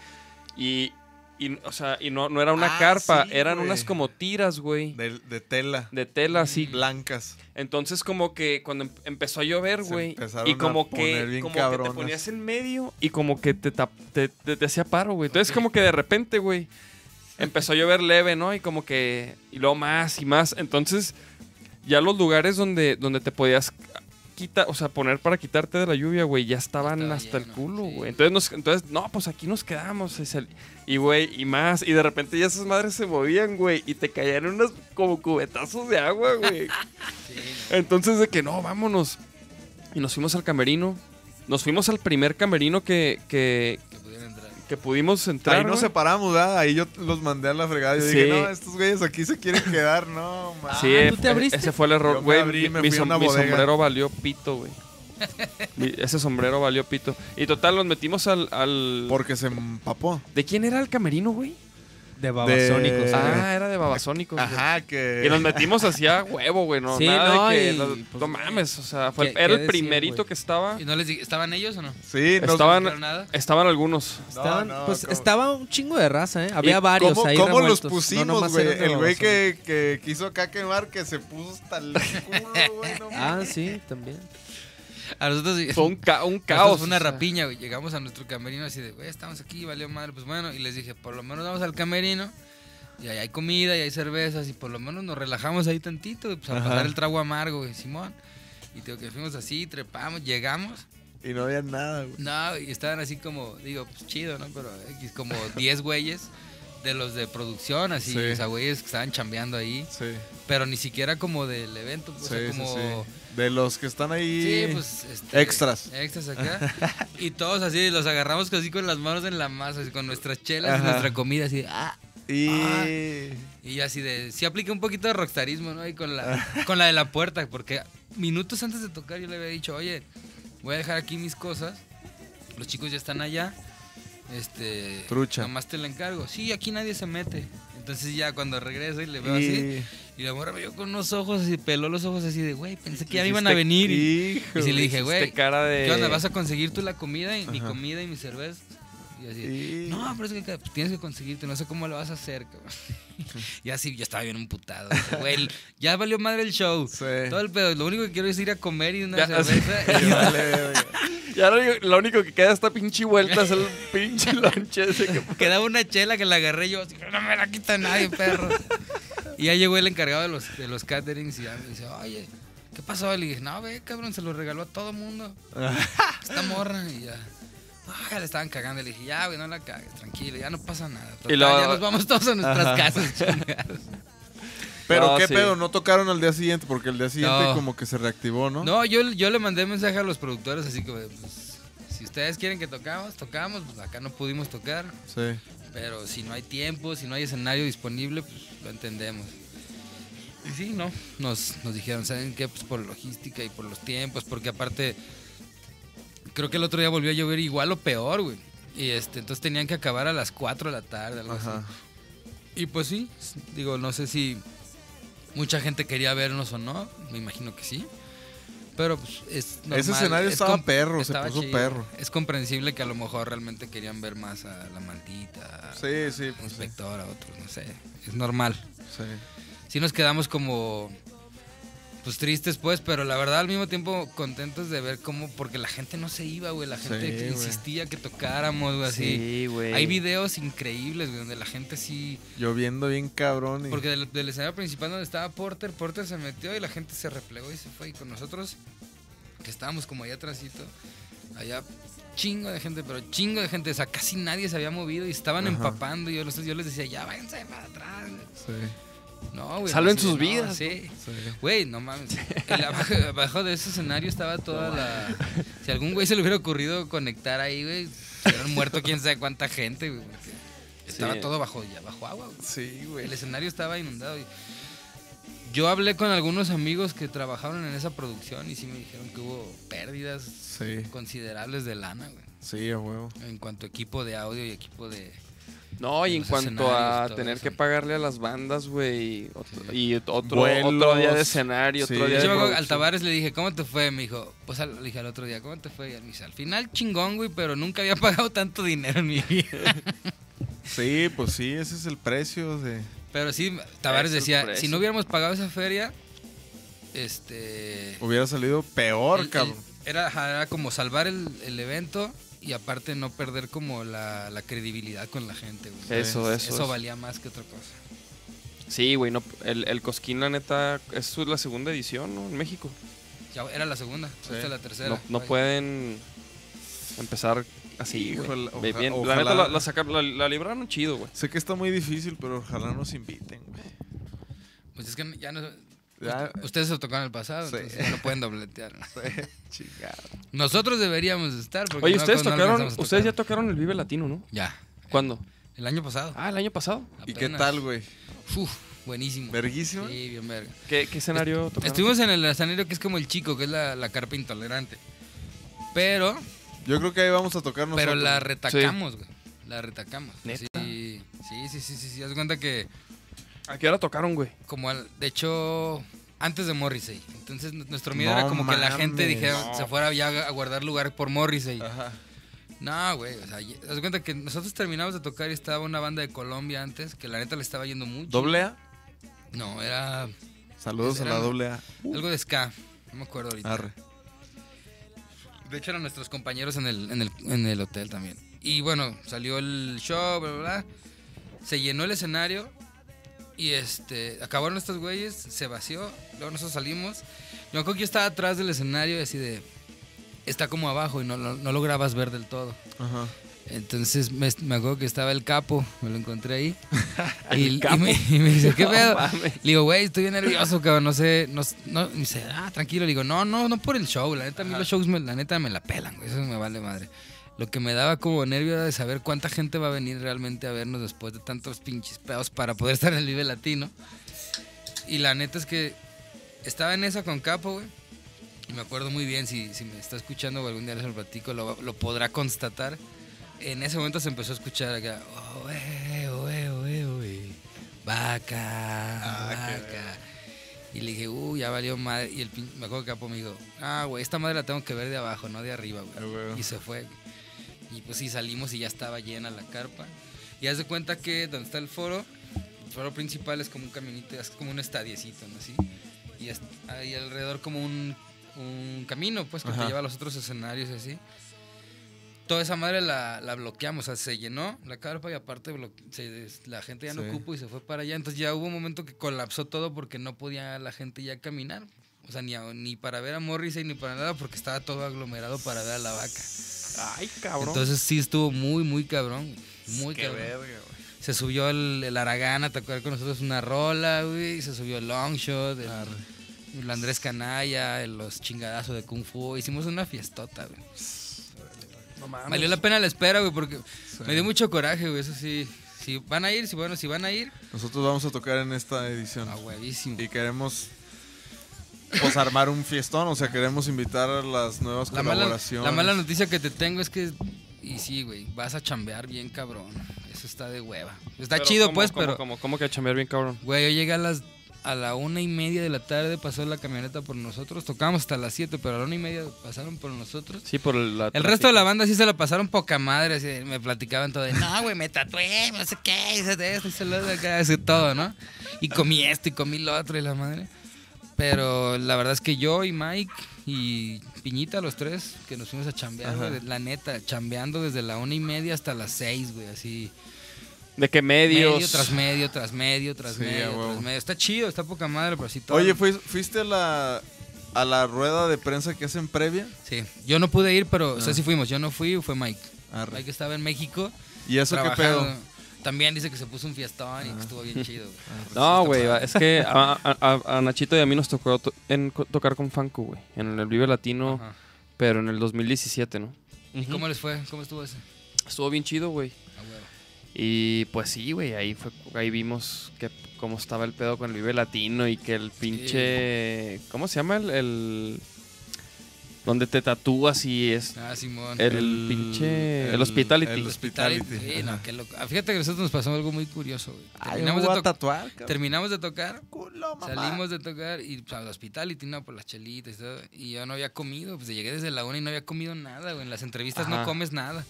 y, y, o sea, y no, no era una Ah, carpa, sí, eran güey. unas como tiras, güey, De, de tela. de tela así. Mm. Blancas. Entonces como que cuando em- empezó a llover, Se güey, empezaron y a como poner que bien como que cabronas. te ponías en medio y como que te tap- te, te- te hacía paro, güey. Entonces como que de repente, güey, empezó a llover leve, ¿no? Y como que y luego más y más. Entonces ya los lugares donde donde te podías quitar, o sea, poner para quitarte de la lluvia, güey, ya estaban Estaba hasta el lleno, culo, sí. güey. Entonces nos- entonces no, pues aquí nos quedamos y sal- y güey, y más, y de repente ya esas madres se movían, güey, y te caían unos como cubetazos de agua, <laughs> güey. Entonces de que no, vámonos. Y nos fuimos al camerino. Nos fuimos al primer camerino que, que, Que pudieron entrar. que pudimos entrar. Ahí nos güey. separamos, ¿verdad? Ahí yo los mandé a la fregada. Yo Sí. dije, no, estos güeyes aquí se quieren quedar. No, mames. Sí, Ah, ¿tú eh, te abriste? ese fue el Yo error, me güey. abrí, Mi, me mi fui a som- una mi bodega. sombrero valió pito, güey. Mi- ese sombrero valió pito. Y total, nos metimos al... al- Porque se empapó. ¿De quién era el camerino, güey? de babasónicos. De- güey. Ah, era de Babasónicos. güey. Eh. Ajá, que. Y nos metimos hacia huevo, güey. No, Sí, nada no, de que... y, nos- pues, no mames, o sea, fue, ¿qué- era qué el decir, primerito güey? que estaba... ¿Y no les dije, ¿Estaban ellos o no? Sí, nos- Estaban, dijeron nada. estaban algunos. No, Estaban, no, pues ¿cómo? estaba un chingo de raza, ¿eh? Había ¿Y varios ¿Cómo, ahí cómo los revueltos. No pusimos, nomás güey? eran de el güey babasónicos. que, que quiso acá quemar, que se puso hasta el <laughs> culo, güey. No, Ah, sí, también. A nosotros sí. Fue un, ca- un Nosotros caos. Fue una o sea. rapiña, güey. Llegamos a nuestro camerino así de, güey, estamos aquí, valió madre. Pues bueno, y les dije, por lo menos vamos al camerino. Y ahí hay comida y hay cervezas. Y por lo menos nos relajamos ahí tantito. y, Pues a pasar el trago amargo, güey, Simón. Y tengo que fuimos así, trepamos, llegamos. Y no había nada, güey. No, y estaban así como, digo, pues chido, ¿no? Pero X, <laughs> como 10 güeyes de los de producción, así. Sí. O sea, güeyes que estaban chambeando ahí. Sí, Pero ni siquiera como del evento, pues, o sea, sí, sí, como. sí. De los que están ahí. Sí, pues. este, Extras. Extras <laughs> acá. y todos así, los agarramos así con las manos en la masa, así, con nuestras chelas Ajá. y nuestra comida, así. de, ah. Y. Y yo así de. Sí, apliqué un poquito de rockstarismo, ¿no? Y con <laughs> la, con la de la puerta, porque minutos antes de tocar yo le había dicho, oye, voy a dejar aquí mis cosas. Los chicos ya están allá. Este. Trucha. Nomás te la encargo. Sí, aquí nadie se mete. Entonces ya cuando regreso y le veo así. y- Y la morra me vio con unos ojos así, peló los ojos así de, güey, pensé que ya me iban a Dijiste, venir. Y, este "Hijo, este y sí le dije, Hiciste güey, cara de... ¿Qué onda? ¿Vas a conseguir tú la comida? Y, Mi Ajá. comida y mi cerveza. Y así. y- No, pero es que ca- tienes que conseguirte, no sé cómo lo vas a hacer, cabrón. <laughs> y así, yo estaba bien emputado. Güey, el- ya valió madre el show. Sí. Todo el pedo, lo único que quiero es ir a comer y una <laughs> Ya, así- cerveza. Y vale, verga. Ya lo, único- lo único que queda esta pinche vuelta es el pinche lonche ese que... Quedaba una chela que la agarré yo así, no me la quita nadie, perro. y ya llegó el encargado de los, de los caterings y ya me dice, oye, ¿qué pasó? Y le dije, no, ve, cabrón, se lo regaló a todo mundo. <laughs> Esta morra y ya. "Ah, ya le estaban cagando. Le dije, ya, güey, no la cagues, tranquilo, ya no pasa nada. Total, luego- ya nos vamos todos a nuestras casas, chingados. Pero No, qué sí. pedo, no tocaron al día siguiente, porque el día siguiente No. como que se reactivó, ¿no? No, yo, yo le mandé mensaje a los productores, así que, pues, si ustedes quieren que tocamos, tocamos. Pues acá no pudimos tocar. Sí. Pero si no hay tiempo, si no hay escenario disponible, pues lo entendemos. Y sí, ¿no? Nos, nos dijeron, ¿saben qué? Pues por logística y por los tiempos, porque aparte, creo que el otro día volvió a llover igual o peor, güey. Y este, entonces tenían que acabar a las 4 de la tarde, algo Ajá. así. Y pues sí, s- digo, no sé si mucha gente quería vernos o no, me imagino que sí. Pero pues es normal. Ese escenario es estaba com- perro, se estaba puso perro. Es comprensible que a lo mejor realmente querían ver más a la maldita, Sí, sí, un pues sí. inspector, a otro, no sé. Es normal. sí. Si nos quedamos como pues tristes pues, pero la verdad al mismo tiempo contentos de ver cómo, porque la gente no se iba, güey, la gente Sí, que güey. insistía que tocáramos, güey, así. Sí, güey. Hay videos increíbles, güey, donde la gente sí... Lloviendo bien cabrón. Y... Porque del, del escenario principal donde estaba Porter, Porter se metió y la gente se replegó y se fue. Y con nosotros, que estábamos como allá atrásito, allá chingo de gente, pero chingo de gente. O sea, casi nadie se había movido y estaban Ajá. empapando. Y yo, los- yo les decía, ya váyanse para atrás. Sí, No, güey. Salven así de, sus vidas, Sí. sí. Güey, no mames. El abajo, <laughs> abajo de ese escenario estaba toda la. Si algún güey se le hubiera ocurrido conectar ahí, güey, se hubieran muerto quién sabe cuánta gente, güey. porque Estaba Sí. todo bajo, ya bajo agua, güey. Sí, güey. El escenario estaba inundado. y- Yo hablé con algunos amigos que trabajaron en esa producción y sí me dijeron que hubo pérdidas Sí, considerables de lana, güey. sí, a huevo. En cuanto a equipo de audio y equipo de... No, y en Los cuanto escenarios, a todo tener eso. que pagarle a las bandas, güey, y otro, y otro, Vuelos, otro día de escenario, sí. otro día Yo de me acuerdo que al producción. Tavares le dije, ¿cómo te fue? Me dijo, pues al- le dije al otro día, ¿cómo te fue? Y él me dice, al final chingón, güey, pero nunca había <laughs> pagado tanto dinero en mi vida. Sí, pues sí, ese es el precio de... Pero sí, Tavares Eso es por decía, eso. si no hubiéramos pagado esa feria, este... Hubiera salido peor, El- el- cabrón. Era, ajá, era como salvar el, el evento y aparte no perder como la, la credibilidad con la gente, güey. Eso, eso. Eso eso. valía más que otra cosa. Sí, güey, no, el, el Cosquín, la neta, es su- la segunda edición, ¿no? En México. Ya era la segunda, Sí. esta es la tercera. No, no Ay, pueden empezar así, güey. Híjole, Bien, oja- bien. La ojalá- neta, la, la saca- la- la libraron chido, güey. Sé que está muy difícil, pero ojalá nos inviten, güey. Pues es que no- ya no... Ya- ust- Ustedes se tocaron el pasado, Sí. entonces ya no pueden dobletear. Chingado. Nosotros deberíamos estar. Porque Oye, no me ustedes acuerdo cuándo tocaron, empezamos a ustedes ya tocar. tocaron el Vive Latino, ¿no? Ya, ¿Cuándo? el año pasado. Ah, el año pasado. ¿Y qué apenas. tal, güey? Uf, buenísimo. ¿Verguísima? Sí, bien verga. ¿Qué, qué escenario tocaron? Estuvimos en el escenario que es como el chico, que es la, la carpa intolerante. Pero Yo creo que ahí vamos a tocar nosotros. Pero la retacamos, güey. La retacamos. ¿Neta? Sí, sí, sí, sí, sí, sí. Haz de cuenta que ¿A qué hora tocaron, güey? como al- de hecho antes de Morrissey. Entonces n- nuestro miedo No era como que la gente mames. dijera No. se fuera ya a guardar lugar por Morrissey. Ajá. No, güey, o sea, y- haz de cuenta que nosotros terminamos de tocar y estaba una banda de Colombia antes que la neta le estaba yendo mucho. ¿Doble A? No, era Saludos a la Era- doble A. algo de ska. No me acuerdo ahorita. Arre. De hecho, eran nuestros compañeros en el, en el, en el hotel también. Y bueno, salió el show, bla, bla, bla. Se llenó el escenario. Y este, acabaron estos güeyes, se vació. Luego nosotros salimos. Yo me acuerdo que yo estaba atrás del escenario, y así de. Está como abajo y no, lo- no lograbas ver del todo. Ajá. Entonces me, me acuerdo que estaba el capo, me lo encontré ahí. y, y me, y me dice, ¿qué pedo? Le digo, güey, estoy bien nervioso, cabrón, no sé, no, no- me dice, ah, tranquilo, le digo, no, no, no por el show, la neta, a mí los shows, me- la neta, me la pelan, güey, eso me vale madre. Lo que me daba como nervio era de saber cuánta gente va a venir realmente a vernos después de tantos pinches pedos para poder estar en el Vive Latino. Y la neta es que estaba en esa con Capo, güey. Y me acuerdo muy bien, si, si me está escuchando o algún día les lo platico, lo, lo podrá constatar. En ese momento se empezó a escuchar acá, "Oh, eh, oh, eh, oh, eh, oh, eh". vaca, vaca. Y le dije, uh, ya valió madre. Y el pin- me acuerdo que Capo me dijo, ah, güey, esta madre la tengo que ver de abajo, no de arriba, Ah, güey. güey. Y se fue. güey. Y pues sí, salimos y ya estaba llena la carpa. Y haz de cuenta que donde está el foro, el foro principal es como un caminito, es como un estadiecito, ¿no? Así. Y es- hay alrededor como un, un camino, pues, que te Ajá. lleva a los otros escenarios y así. Toda esa madre la, la bloqueamos, o sea, se llenó la carpa y aparte blo- se des- la gente ya no Sí. cupo y se fue para allá. Entonces ya hubo un momento que colapsó todo porque no podía la gente ya caminar. O sea, ni, a- ni para ver a Morrissey ni para nada porque estaba todo aglomerado para ver a la vaca. Ay, cabrón. Entonces sí estuvo muy, muy cabrón. Muy Qué cabrón. verga, güey. Se subió el, el Aragana a tocar con nosotros una rola, güey. Se subió el Longshot, el, Arre. el Andrés Canalla, el- los chingadazos de Kung Fu. Hicimos una fiestota, güey. Valió la pena la espera, güey, porque me dio mucho coraje, güey. Eso sí. Si van a ir, si, bueno, si van a ir, Nosotros vamos a tocar en esta edición. a huevísimo. Y queremos pues armar un fiestón, o sea, queremos invitar a las nuevas La mala, colaboraciones. la mala noticia que te tengo es que. Y sí, güey, vas a chambear bien, cabrón. Eso está de hueva. Está Pero chido, ¿cómo, pues, cómo, pero. ¿Cómo, cómo que a chambear bien, cabrón? Güey, yo llegué a las a la una y media de la tarde, pasó la camioneta por nosotros, tocábamos hasta las 7, pero a la una y media pasaron por nosotros. Sí, por el... la El resto de la tráfico. banda sí se la pasaron poca madre, así, me platicaban todo de, no, güey, me tatué, no sé qué, hice de esto, hice lo de acá, así todo, ¿no? Y comí esto y comí lo otro y la madre. Pero la verdad es que yo y Mike y Piñita, los tres, que nos fuimos a chambear, Ajá. güey, la neta, chambeando desde la una y media hasta las seis, güey, así. ¿De qué medios? Medio tras medio, tras medio, tras Sí, a medio, huevo. tras medio. Está chido, está poca madre, pero así todo. Oye, ¿fuis- ¿fuiste a la, a la rueda de prensa que hacen previa? Sí, yo no pude ir, pero, o Ah. sea, sí fuimos. Yo no fui, fue Mike. Arre. Mike estaba en México. ¿Y eso qué pedo? Ah. trabajando. También dice que se puso un fiestón y que estuvo bien <laughs> chido. güey. No, Está güey, padre. es que a, a- a- a Nachito y a mí nos tocó to- en co- tocar con Fanco, güey, en el Vive Latino, Ajá. pero en el 2017, ¿no? ¿Y cómo les fue? ¿Cómo estuvo ese? Estuvo bien chido, güey. A huevo. Y pues sí, güey, ahí fue ahí vimos que cómo estaba el pedo con el Vive Latino y que el pinche ¿cómo se llama el, el- donde te tatúas y es Ah, Simón. el, pinche el, hospitality? El hospitality. Sí, no, Ajá. qué loco. Ah, Fíjate que a nosotros nos pasó algo muy curioso, güey. Ay, me voy de a toc- tatuar, cabrón. terminamos de tocar, Culo, mamá. salimos de tocar y pues, al hospital y no, por las chelitas y todo. Y yo no había comido, pues llegué desde la una y no había comido nada, güey. En las entrevistas Ajá. no comes nada.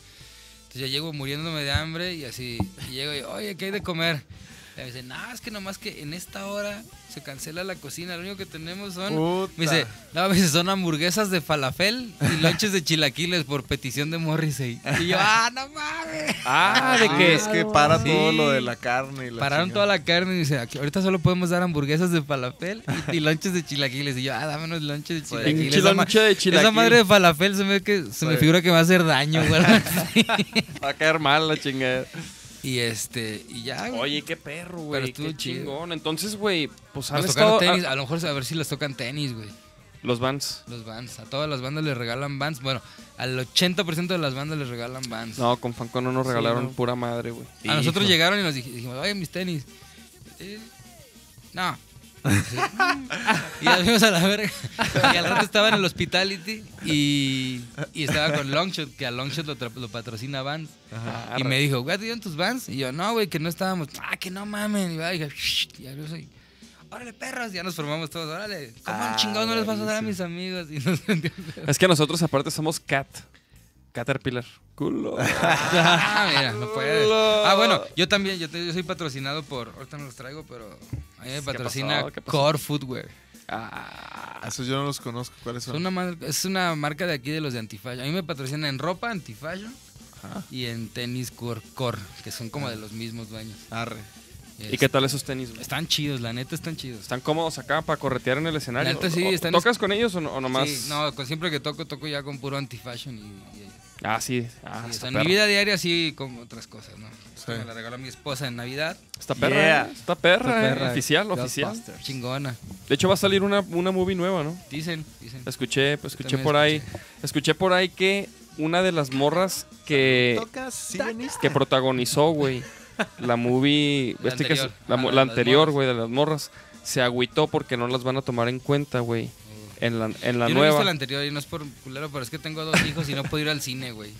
Entonces yo llego muriéndome de hambre y así. Y llego y, oye, ¿qué hay de comer? Y me dice, no, es que nomás que en esta hora se cancela la cocina, lo único que tenemos son. Puta. Me dice, no, me dice, son hamburguesas de falafel y lonches de chilaquiles por petición de <laughs> Morrissey. Y yo, ah, no mames. Ah, de Sí, que es que para Sí. todo lo de la carne y la Pararon chingada. toda la carne y dice, "Aquí- ahorita solo podemos dar hamburguesas de falafel y, y lonches de chilaquiles. Y yo, ah, dame unos lonches de chilaquiles. pinche Esa, ma- lonche de esa chilaquil. madre de falafel se me, que, se me figura que va a hacer daño, güey. <laughs> va a caer mal la chingada. y este, y ya, güey. Oye, qué perro, Pero güey, estuvo qué chido. chingón. Entonces, güey, pues han Nos tocaron estado tenis, ah, a lo mejor a ver si les tocan tenis, güey. los Vans. Los bands. A todas las bandas les regalan bands. Bueno, al 80% de las bandas les regalan bands. No, con Fanco no nos regalaron pura madre, güey. A nosotros llegaron y nos dij- dijimos, oye, mis tenis. Eh, no. <laughs> y nos fuimos a la verga. Y al rato estaba en el hospitality y, y estaba con Longshot, que a Longshot lo, tra- lo patrocina Vans. Ajá. Y me dijo, güey, ¿te dieron tus Vans? Y yo, no, güey, que no estábamos. Ah, que no mamen. Y, va, y, dije, "Shh", y abrió eso y, órale, perros. Y ya nos formamos todos, órale. ¿Cómo Ah, chingón no les vas a dar a mis amigos? Y nos <laughs> Es que nosotros aparte somos Cat. Caterpillar. <laughs> Culo. <laughs> Ah, mira, no puede. Ah, bueno, yo también, yo, te- yo soy patrocinado por. Ahorita no los traigo, pero a mí me patrocina pasó? ¿Qué pasó? Core Footwear. Ah, Esos yo no los conozco. ¿Cuáles Ah. Es son? una, mar- es una marca de aquí de los de Antifashion. A mí me patrocina en ropa Antifashion y en tenis Core, Core, que son como de los mismos dueños. Arre. Ah. ¿Y qué tal esos tenis, güey? Están chidos, la neta están chidos. ¿Están cómodos acá para corretear en el escenario? La neta sí, ¿O- están- ¿Tocas con ellos o, no- o nomás? Sí, no, con- siempre que toco, toco ya con puro Antifashion y. y- Ah, sí. Ah, sí, o está sea, en perro. mi vida diaria sí como otras cosas, ¿no? Sí. Me la regaló mi esposa en Navidad. Está perra. Yeah. eh. Está perra. Esta eh. perra, Oficial, Ghostbusters. oficial. Chingona. De hecho, va a salir una, una movie nueva, ¿no? Dicen, dicen. Escuché, pues, escuché también por ahí. Escuché por ahí que una de las morras que, ¿Tocas? Sí, veniste. que protagonizó, güey, la movie. La este que es- anterior. la Ah, mo- la la de las anterior, morras. güey, de las morras. Se agüitó porque no las van a tomar en cuenta, güey. En la, en la yo no he nueva. visto la anterior y no es por culero, pero es que tengo dos hijos y no puedo ir al <laughs> cine, güey.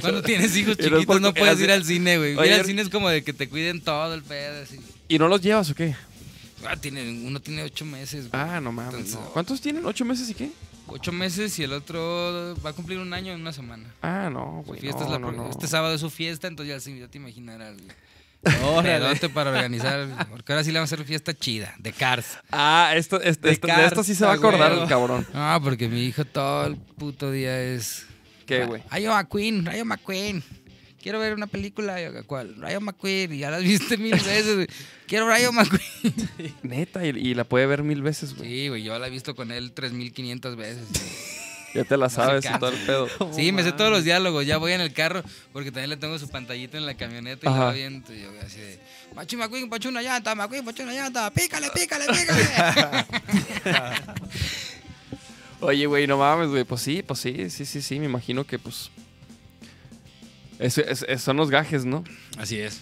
Cuando tienes hijos Y no es chiquitos por- no puedes así- ir al cine, güey. Oye, er- Ir al yo- cine es como de que te cuiden todo el pedo. Así. ¿Y no los llevas o qué? Ah, tiene, uno tiene ocho meses, güey. Ah, no mames. Entonces- no. ¿Cuántos tienen? ¿Ocho meses y qué? Ocho meses y el otro va a cumplir un año en una semana. Ah, no, Su güey. fiesta no, es la no, pro- no. Este sábado es su fiesta, entonces ya, sí, ya te imaginarás. güey. Órale. Pedote para organizar, güey, porque ahora sí le van a hacer fiesta chida, de Cars. Ah, esto, este, De este- de esta sí se va a carta, acordar güey. el cabrón. No, Ah, porque mi hijo todo el puto día es... ¿Qué, güey? Rayo McQueen, Rayo McQueen. Quiero ver una película, yo, ¿cuál? Rayo McQueen, y ya las <laughs> viste mil veces. güey. Quiero Rayo McQueen. Neta, y, y la puede ver mil veces, güey. Sí, güey, yo la he visto con él 3500 veces. güey. Ya te la sabes y cansa. todo el <laughs> pedo. Sí, me sé todos los diálogos, ya voy en el carro, porque también le tengo su pantallita en la camioneta y Ajá. la va viendo. y yo güey, así de, Machi McQueen, pachu una llanta, McQueen, pachu una llanta, pícale, pícale, <laughs> pícale. Oye, güey, no mames, güey. Pues sí, pues sí, sí, sí, sí. Me imagino que, pues. es- es- es- son los gajes, ¿no? así es.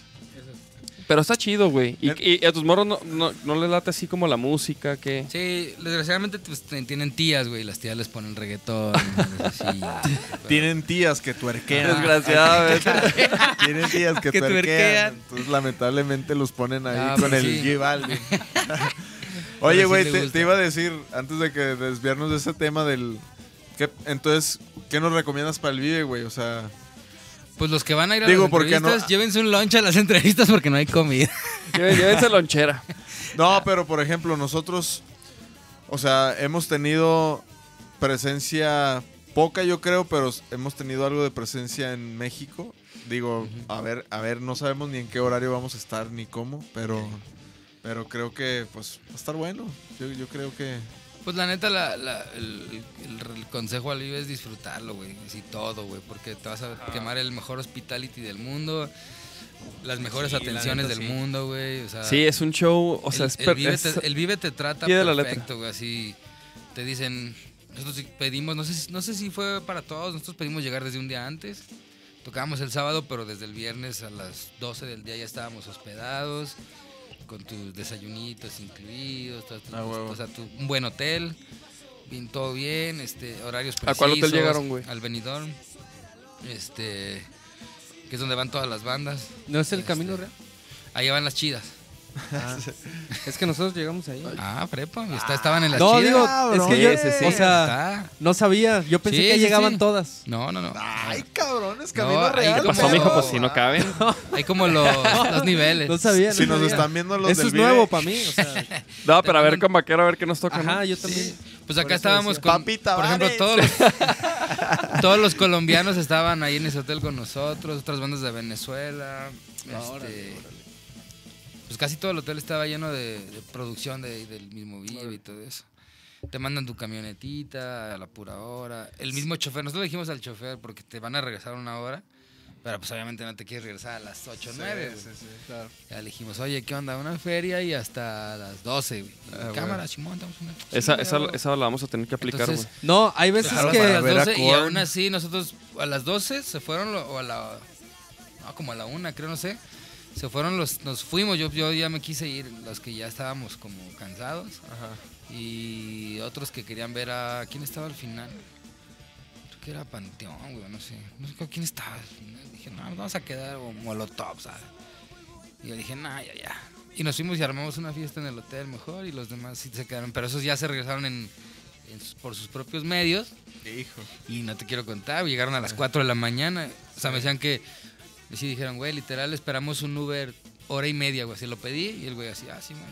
Pero está chido, güey. Y, y a tus morros no, no, no les late así como la música, que. Sí, desgraciadamente pues, ten- tienen tías, güey, las tías les ponen reggaetón. <laughs> así, pero- Tienen tías que tuerquean. Desgraciadamente. <laughs> Tienen tías que, Que tuerquean. tuerquean. Entonces, lamentablemente, los ponen ahí Ah, con pues el sí. <laughs> G Balvin. Pero <laughs> Oye, sí güey, le te, gusta. te iba a decir, antes de que desviarnos de ese tema del... ¿qué- entonces, ¿qué nos recomiendas para el Vive, güey? O sea, Pues los que van a ir a Digo, las porque no- entrevistas, llévense un lunch a las <laughs> entrevistas porque no hay comida. Lleven- Llévense <laughs> lonchera. No, Ah. pero por ejemplo, nosotros, o sea, hemos tenido presencia poca, yo creo, pero s- hemos tenido algo de presencia en México. Digo, a ver, a ver, no sabemos ni en qué horario vamos a estar ni cómo, pero, pero creo que pues va a estar bueno. Yo, yo creo que Pues la neta, la- la- el, el- el consejo al IBE es disfrutarlo, güey. Así todo, güey. Porque te vas a quemar el mejor hospitality del mundo, las mejores Sí, la atenciones neta, del sí. mundo, güey. O sea, Sí, es un show. O sea, Ah. el, es el per- Vive es- te, el Vive te trata pie de la perfecto, güey. Así te dicen, nosotros sí pedimos, no sé, si- no sé si fue para todos, nosotros pedimos llegar desde un día antes. Tocábamos el sábado, pero desde el viernes a las 12 del día ya estábamos hospedados, con tus desayunitos incluidos, todas tus- Ah, huevo. o sea, tu- un buen hotel, bien, todo bien, este, horarios ¿A precisos. cuál hotel llegaron, güey? Al Benidorm, este, que es donde van todas las bandas. ¿No es el Este, camino real? Ahí van las chidas. Es que nosotros llegamos ahí. Ah, prepa. está- estaban en las No, chidas. digo, Ah, es que yo, Sí, sí, sí. o sea, Está. no sabía. Yo pensé Sí, que sí, llegaban sí. todas. No, no, no. ay, cabrón, es camino No, ahí real, ¿Qué pasó, pero- mijo? Pues si no <laughs> caben. Hay como los, los niveles. No sabía. no Si nos sabía. están viendo los Eso del es Vive, nuevo para mí. <laughs> O sea, No, pero a ver con vaquero, a ver qué nos toca. ¿no? ajá, yo también. Sí. Pues Por acá eso estábamos decía. con. Papi por ejemplo, Tabares. todos los, <laughs> todos los colombianos estaban ahí en ese hotel con nosotros, otras bandas de Venezuela. este, Pues casi todo el hotel estaba lleno de, de producción de- del mismo Vive y todo eso. Te mandan tu camionetita a la pura hora. El mismo chofer, nosotros le dijimos al chofer porque te van a regresar una hora, pero pues obviamente no te quieres regresar a las 8 o 9. güey. Ya le dijimos, oye, ¿qué onda? Una feria y hasta las 12, güey. Cámara, Simón, estamos en una. Esa, Sí, esa, güey. esa la vamos a tener que aplicar, güey. Entonces, No, hay veces Dejaron para que. las 12 y aún así nosotros a las 12 se fueron lo- o a la no, como a la una, creo no sé. Se fueron los nos fuimos, yo yo ya me quise ir los que ya estábamos como cansados y otros que querían ver a quién estaba al final. Creo que era Panteón, güey, no sé. No sé con quién estaba. al final. Dije, "No, nos vamos a quedar o Molotov, ¿sabes?" Y yo dije, "Nah, ya ya." Y nos fuimos y armamos una fiesta en el hotel mejor y los demás sí se quedaron, pero esos ya se regresaron en- en sus- por sus propios medios. Hijo. Y no te quiero contar, llegaron a las 4 de la mañana. O sea, me decían que. Sí, dijeron, güey, literal, esperamos un Uber hora y media, güey. Así lo pedí y el güey así, ah, sí, man.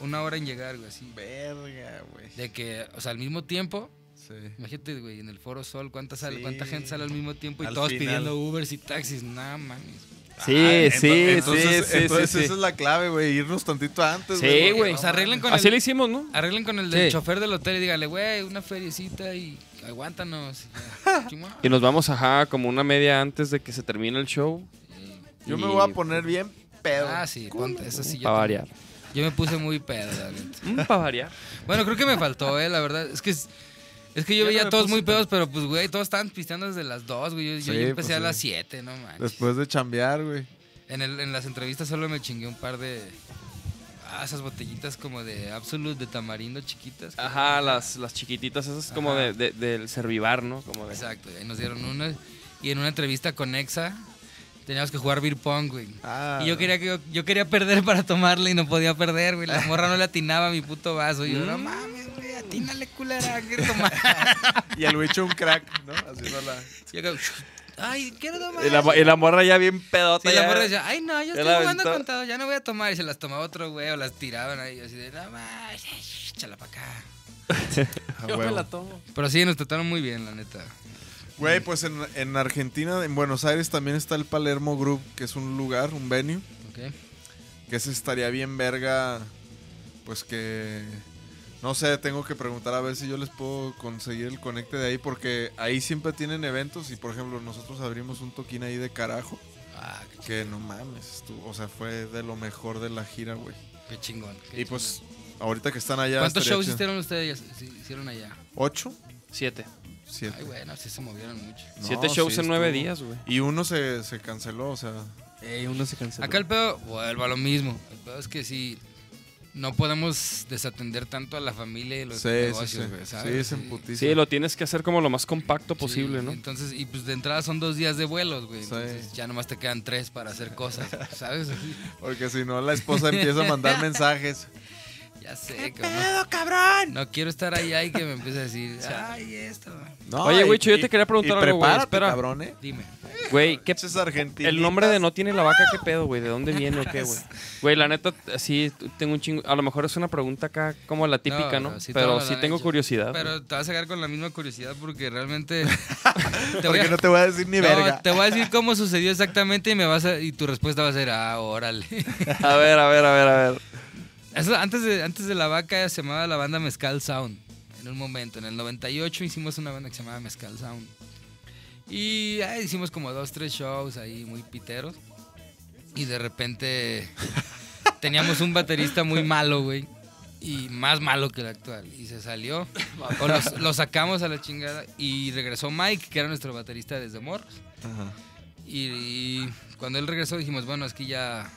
Una hora en llegar, güey, así. Verga, güey. De que, o sea, al mismo tiempo, Sí. imagínate, güey, en el Foro Sol, ¿cuánta, sale, Sí. cuánta gente sale al mismo tiempo y Al todos final. pidiendo Ubers y taxis? Nada, mames. Sí, sí, sí, entonces, sí, entonces sí, sí. esa es la clave, güey, irnos tantito antes. Sí, Porque, güey. O sea, arreglen con Así el. lo hicimos, ¿no? Arreglen con el del Sí. chofer del hotel y dígale, güey, una feriecita y aguántanos. Y ya, <laughs> Simón. Y nos vamos, ajá, como una media antes de que se termine el show. Yo me Y- voy a poner bien pedo. Ah, sí, ponte, eso sí. yo Para también. <laughs> variar. Yo me puse muy pedo, la neta. Para variar. Bueno, creo que me faltó, eh, la verdad. Es que es, es que yo, Yo no veía me a todos puse muy tan- pedos, pero pues, güey, todos estaban pisteando desde las 2, güey. Yo, yo- Sí, yo empecé pues, a sí. las 7, no manches. Después de chambear, güey. En, el- en las entrevistas solo me chingué un par de. Ah, esas botellitas como de Absolute de tamarindo chiquitas. Ajá, las, las chiquititas, esas como Ajá. de, de- del servivar, ¿no? Como de... Exacto, y ahí nos dieron una. Y en una entrevista con Exa teníamos que jugar beer pong, güey. Ah, y yo quería, que- yo, quería perder <laughs> para tomarle y no podía perder, güey. La morra no le atinaba a mi puto vaso. Y yo, Mm. no mames, güey, atínale, culera, que tomar. <laughs> Y el bicho un crack, ¿no? Haciendo la... Y acá, Ay, quiero tomar. Y Eh, la, mo- y la morra ya bien pedota. Sí, la ya- morra decía, ay, no, yo ya estoy la jugando aventó. contado, ya no voy a tomar. Y se las tomaba otro güey o las tiraban ahí. Así de, no, más, échala para acá. a Yo me huevo. la tomo. Pero sí, nos trataron muy bien, la neta. Güey, pues en, en Argentina, en Buenos Aires también está el Palermo Group, que es un lugar, un venue, Ok. que se estaría bien verga, pues que... No sé, tengo que preguntar a ver si yo les puedo conseguir el conecte de ahí, porque ahí siempre tienen eventos y, por ejemplo, nosotros abrimos un toquín ahí de carajo, Ah, que no mames, estuvo- o sea, fue de lo mejor de la gira, güey. qué chingón. qué Y chingón. pues, ahorita que están allá... ¿Cuántos estaría shows chido. hicieron ustedes? sí, hicieron allá? ¿Ocho? Siete. Siete. Ay, güey, no, sí se movieron mucho. No, Siete shows sí, en nueve estuvo- días, güey. Y uno se, se canceló, o sea. <laughs> Ey, uno se canceló. Acá el pedo, vuelvo a lo mismo. El pedo es que sí, no podemos desatender tanto a la familia y los sí, sí, negocios, sí. güey, ¿sabes? Sí, es Sí. en putiza. Sí, lo tienes que hacer como lo más compacto posible, Sí, ¿no? Entonces, y pues de entrada son dos días de vuelos, güey. Sí. Entonces ya nomás te quedan tres para hacer cosas, ¿sabes? Así, Porque si no, la esposa empieza <laughs> a mandar mensajes. Ya sé, cabrón. cabrón! No quiero estar allá y que me empiece a decir, <laughs> ¡ay, esto! No, Oye, y- Wicho, yo te y- quería preguntar y algo, güey, prepárate, espera. cabrón, ¿eh? Dime. Güey, ¿qué Pinches argentinas. El nombre de No tiene la vaca, ¿qué pedo, güey? ¿De dónde viene o qué, <laughs> güey? Güey, la neta, sí, tengo un chingo. A lo mejor es una pregunta acá como la típica, ¿no? No, sí, pero todos lo sí han tengo hecho. curiosidad. <laughs> güey. Pero te vas a quedar con la misma curiosidad porque realmente. <laughs> te voy Porque a- no te voy a decir ni no, verga. te voy a decir cómo sucedió exactamente y me vas a, y tu respuesta va a ser, <laughs> ah, órale. A ver, a ver, a ver, a ver. Eso, antes, de, antes de la vaca se llamaba la banda Mezcal Sound. En un momento, en el 98 hicimos una banda que se llamaba Mezcal Sound. Y ah, hicimos como dos, tres shows ahí muy piteros. Y de repente teníamos un baterista muy malo, güey. Y más malo que el actual. Y se salió. O los- lo sacamos a la chingada. Y regresó Mike, que era nuestro baterista desde Morros. Ajá. Y, y cuando él regresó dijimos, bueno, es que ya,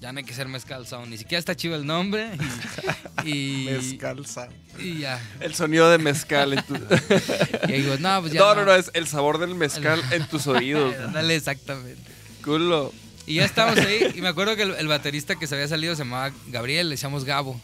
ya no hay que ser Mezcal Sound. Ni siquiera está chido el nombre. <laughs> Y, y- Mezcalza. y ya. El sonido de mezcal en tu... <laughs> Y digo, no, pues ya. No, no, no, es el sabor del mezcal en tus <laughs> oídos. Dale, exactamente. Culo. Y ya estábamos ahí. Y me acuerdo que el, el baterista que se había salido se llamaba Gabriel, le decíamos Gabo.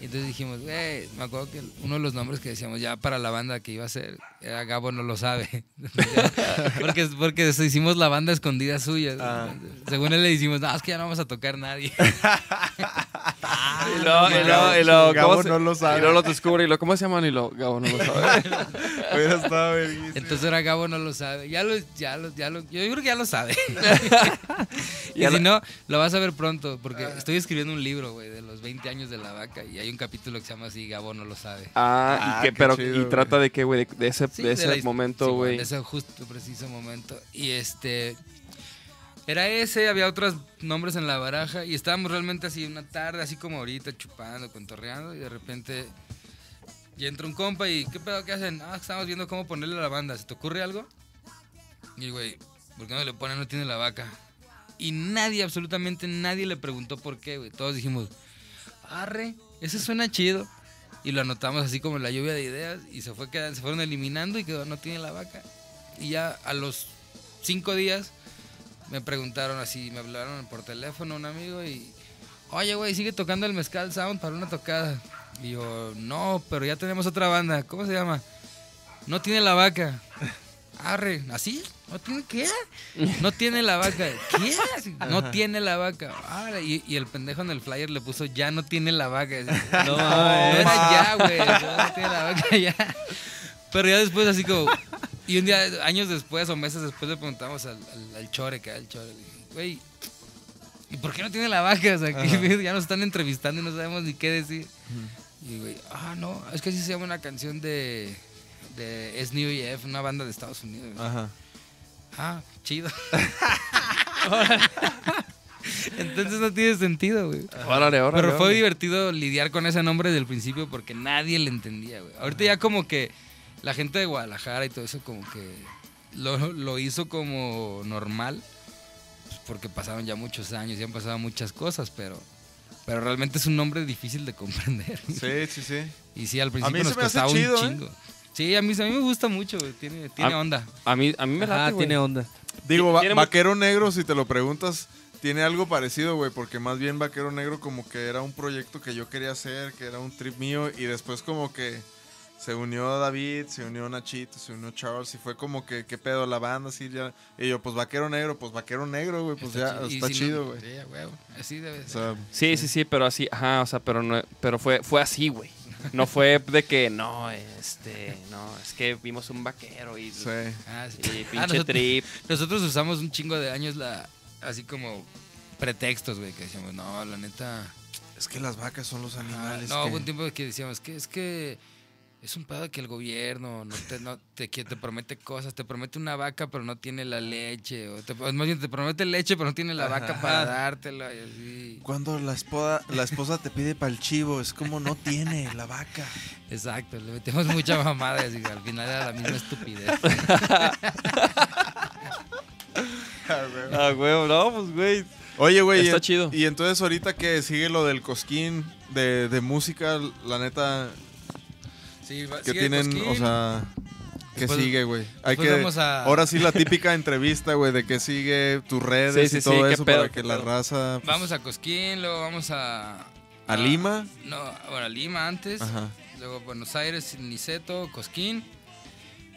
Y entonces dijimos, güey, me acuerdo que uno de los nombres que decíamos ya para la banda que iba a ser era Gabo no lo sabe. <laughs> porque, porque hicimos la banda escondida suya. Según él le dijimos, no, es que ya no vamos a tocar nadie. Y luego, y luego, y luego, Gabo ¿cómo se- no lo sabe. Y luego lo descubre y lo, ¿cómo se llaman? Y lo, Gabo no lo sabe. Hubiera estado verguísima. Entonces ahora Gabo no lo sabe. Ya lo, ya lo, ya lo, yo creo que ya lo sabe. <laughs> y Ya si la- no, lo vas a ver pronto, porque estoy escribiendo un libro, güey, de los 20 años de la vaca, y hay un capítulo que se llama así, Gabo no lo sabe. Ah, Ah, y que, qué pero, chido, y güey. trata de qué, güey, de, de ese, Sí, de la ese his- sí, momento, bueno, güey. de ese justo, preciso momento. Y este. Era ese, había otros nombres en la baraja y estábamos realmente así una tarde, así como ahorita, chupando, contorreando y de repente y entra un compa y ¿qué pedo que hacen? Ah, estamos viendo cómo ponerle a la banda, ¿se te ocurre algo? Y güey, ¿por qué no le ponen no tiene la vaca? Y nadie, absolutamente nadie le preguntó por qué, güey. Todos dijimos, arre, ese suena chido. Y lo anotamos así como en la lluvia de ideas y se, fue quedando- se fueron eliminando y quedó, no tiene la vaca. Y ya a los cinco días me preguntaron así, me hablaron por teléfono un amigo y, oye, güey, sigue tocando el Mezcal Sound para una tocada. Y yo, no, pero ya tenemos otra banda, ¿cómo se llama? No tiene la vaca. Arre, ¿así? ¿No tiene qué? No tiene la vaca. ¿Qué? Así, No tiene la vaca. Arre, Y, y el pendejo en el flyer le puso, ya no tiene la vaca. Así, No, era ya, güey. No, no tiene la vaca <laughs> ya. Pero ya después así como... Y un día, años después o meses después le preguntamos al, al, al chore, que era el chore, le dije, güey, ¿y por qué no tiene la vaca? O sea, que <laughs> ya nos están entrevistando y no sabemos ni qué decir. Y güey, ah, no, es que así se llama una canción de, de Es New Jeff, una banda de Estados Unidos. Ajá. Ah, chido. <laughs> Entonces no tiene sentido, güey. Órale, órale. Pero fue órale. divertido lidiar con ese nombre desde el principio porque nadie le entendía, güey. Ahorita ya como que la gente de Guadalajara y todo eso como que lo, lo hizo como normal pues, porque pasaron ya muchos años y han pasado muchas cosas, pero, pero realmente es un nombre difícil de comprender. Sí, sí, sí. Y sí, al principio mí se nos me hace costaba chido, ¿eh? Ah, un chingo. Sí, a mí, a mí me gusta mucho, güey. Tiene, tiene A- onda. A mí, a mí me Ah, late, güey. tiene onda. Digo, va- Tiene mu- Vaquero Negro, si te lo preguntas, tiene algo parecido, güey, porque más bien Vaquero Negro como que era un proyecto que yo quería hacer, que era un trip mío, y después como que se unió David, se unió Nachito, se unió Charles, y fue como que, ¿qué pedo? La banda, así ya. Y yo, pues Vaquero Negro, pues Vaquero Negro, güey, pues ya, chi- y está si no- chido, güey. Sí, a huevo. Así debe O ser. sea, Sí, sí, sí, pero así, ajá, o sea, pero no, pero fue, fue así, güey. No fue de que, no, este, no, es que vimos un vaquero y, sí. Ah, sí. y pinche Ah, nosotros- trip. Nosotros usamos un chingo de años la así como pretextos, güey, que decíamos, no, la neta. Es que las vacas son los ah, animales. no, que- hubo un tiempo que decíamos que es que es un pedo que el gobierno no te, no te, que te promete cosas, te promete una vaca pero no tiene la leche, o te, más bien te promete leche pero no tiene la vaca para dártela y así. Cuando la, esposa la esposa te pide para el chivo, es como no tiene la <laughs> vaca. Exacto, le metemos mucha mamada y así, al final era la misma estupidez. Ah, güey, no, pues, güey. Oye, güey. Está y- chido. Y entonces ahorita que sigue lo del cosquín de, de música, la neta, Sí, va- que sigue el tienen, o cosquín. sea, que Después- sigue, güey. Hay después que vamos a- ahora sí la típica entrevista, güey, de que sigue tus redes Sí, sí, y sí, todo qué eso pedo, para qué que la pedo. raza pues, Vamos a Cosquín, luego vamos a. a Lima. No, bueno, a Lima antes. Ajá. Luego Buenos Aires, Niceto, Cosquín.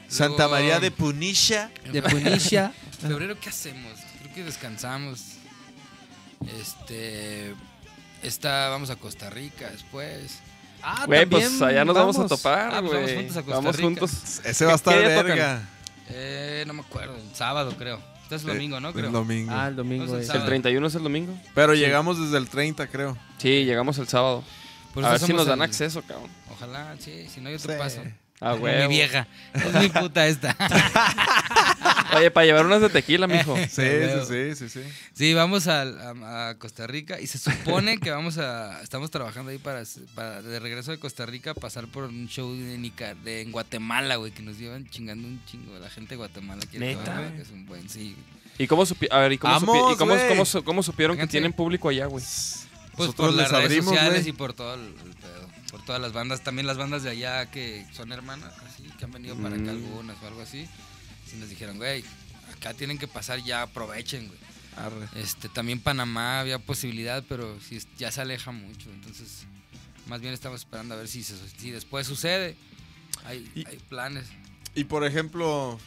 Santa Luego- María de Punisha. <laughs> De Punicia. febrero qué hacemos? Creo que descansamos. Este está vamos a Costa Rica después. Ah, Güey, también pues allá nos vamos, a Ah, topar, pues güey. vamos juntos a Costa Vamos Rica. juntos. Ese va a ¿Qué- estar qué día tocan? verga. Eh, no me acuerdo, el sábado creo. Este es el domingo, ¿no? El Creo. domingo. Ah, el domingo. Vamos el El eh. sábado. 31 es el domingo. Pero llegamos desde el 30, creo. Sí, llegamos el sábado. Por a eso ver si somos nos dan el- acceso, cabrón. Ojalá, sí, si no hay otro Sí. paso. Ah, Con huevo. Mi vieja. Es mi puta esta. Oye, para llevar unas de tequila, mijo. Sí, Creo. sí, sí, sí, sí. Sí, vamos al- a, a Costa Rica y se supone que vamos a. Estamos trabajando ahí para, para de regreso de Costa Rica pasar por un show de, Nicar de en Guatemala, güey, que nos llevan chingando un chingo. La gente de Guatemala quiere ¿Neta? acabar, güey, que es un buen sí. ¿Y cómo, supi- a ver, ¿y cómo, supi- Vamos, y cómo, güey. cómo su- cómo supieron que Fíjate. tienen público allá, güey? Pues Nosotros por las les redes abrimos, sociales güey. y por todo el, el pedo. Por todas las bandas, también las bandas de allá que son hermanas, así, que han venido para Mm. acá algunas o algo así. Sí nos dijeron, güey, acá tienen que pasar ya, aprovechen, güey. Este, también Panamá había posibilidad, pero sí, es- ya se aleja mucho. Entonces, más bien estamos esperando a ver si, se- si después sucede. Hay, Y- hay planes. Y por ejemplo,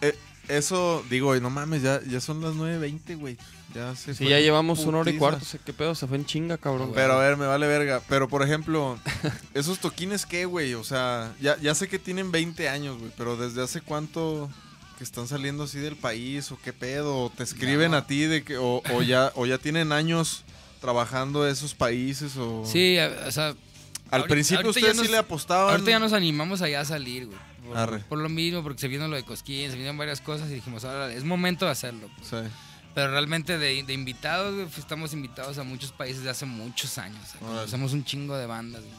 eh, eso, digo, no mames, ya, ya son las 9.20, güey. Ya se Sí, fue ya llevamos una hora y putiza. cuarto. o sea, ¿Qué pedo? Se fue en chinga, cabrón. Pero eh. a ver, me vale verga. Pero por ejemplo, <laughs> esos toquines, ¿qué, güey? O sea, ya, ya sé que tienen 20 años, güey, pero ¿desde hace cuánto que están saliendo así del país? ¿O qué pedo? ¿O te escriben No. a ti? de que, o, o ya, ¿O ya tienen años trabajando esos países? O... Sí, a- o sea, Al ahorita- principio ahorita ustedes ya sí nos- le apostaban. Ahorita ya nos animamos allá a salir, güey. Arre. Por, por lo mismo, porque se vino lo de Cosquín, se vinieron varias cosas y dijimos, ahora es momento de hacerlo. pues". Sí. Pero realmente de, de invitados, güey, pues, estamos invitados a muchos países de hace muchos años. o sea, Órale. Conocemos un chingo de bandas, güey.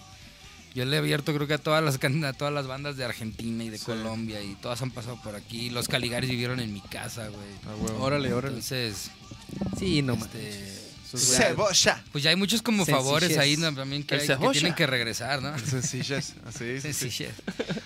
Yo le he abierto creo que a todas las can- a todas las bandas de Argentina y de Sí. Colombia y todas han pasado por aquí. Los Caligaris vivieron en mi casa, güey. Ah, huevo. Órale, órale. Entonces, Sí, no mames. este, Esos güeyes. Cebolla. pues ya hay muchos como favores ahí Sencillez. ¿no? también que, El hay- que cebolla. tienen que regresar, ¿no? Sencillas. Así. sí, sí. <laughs> Sencillez.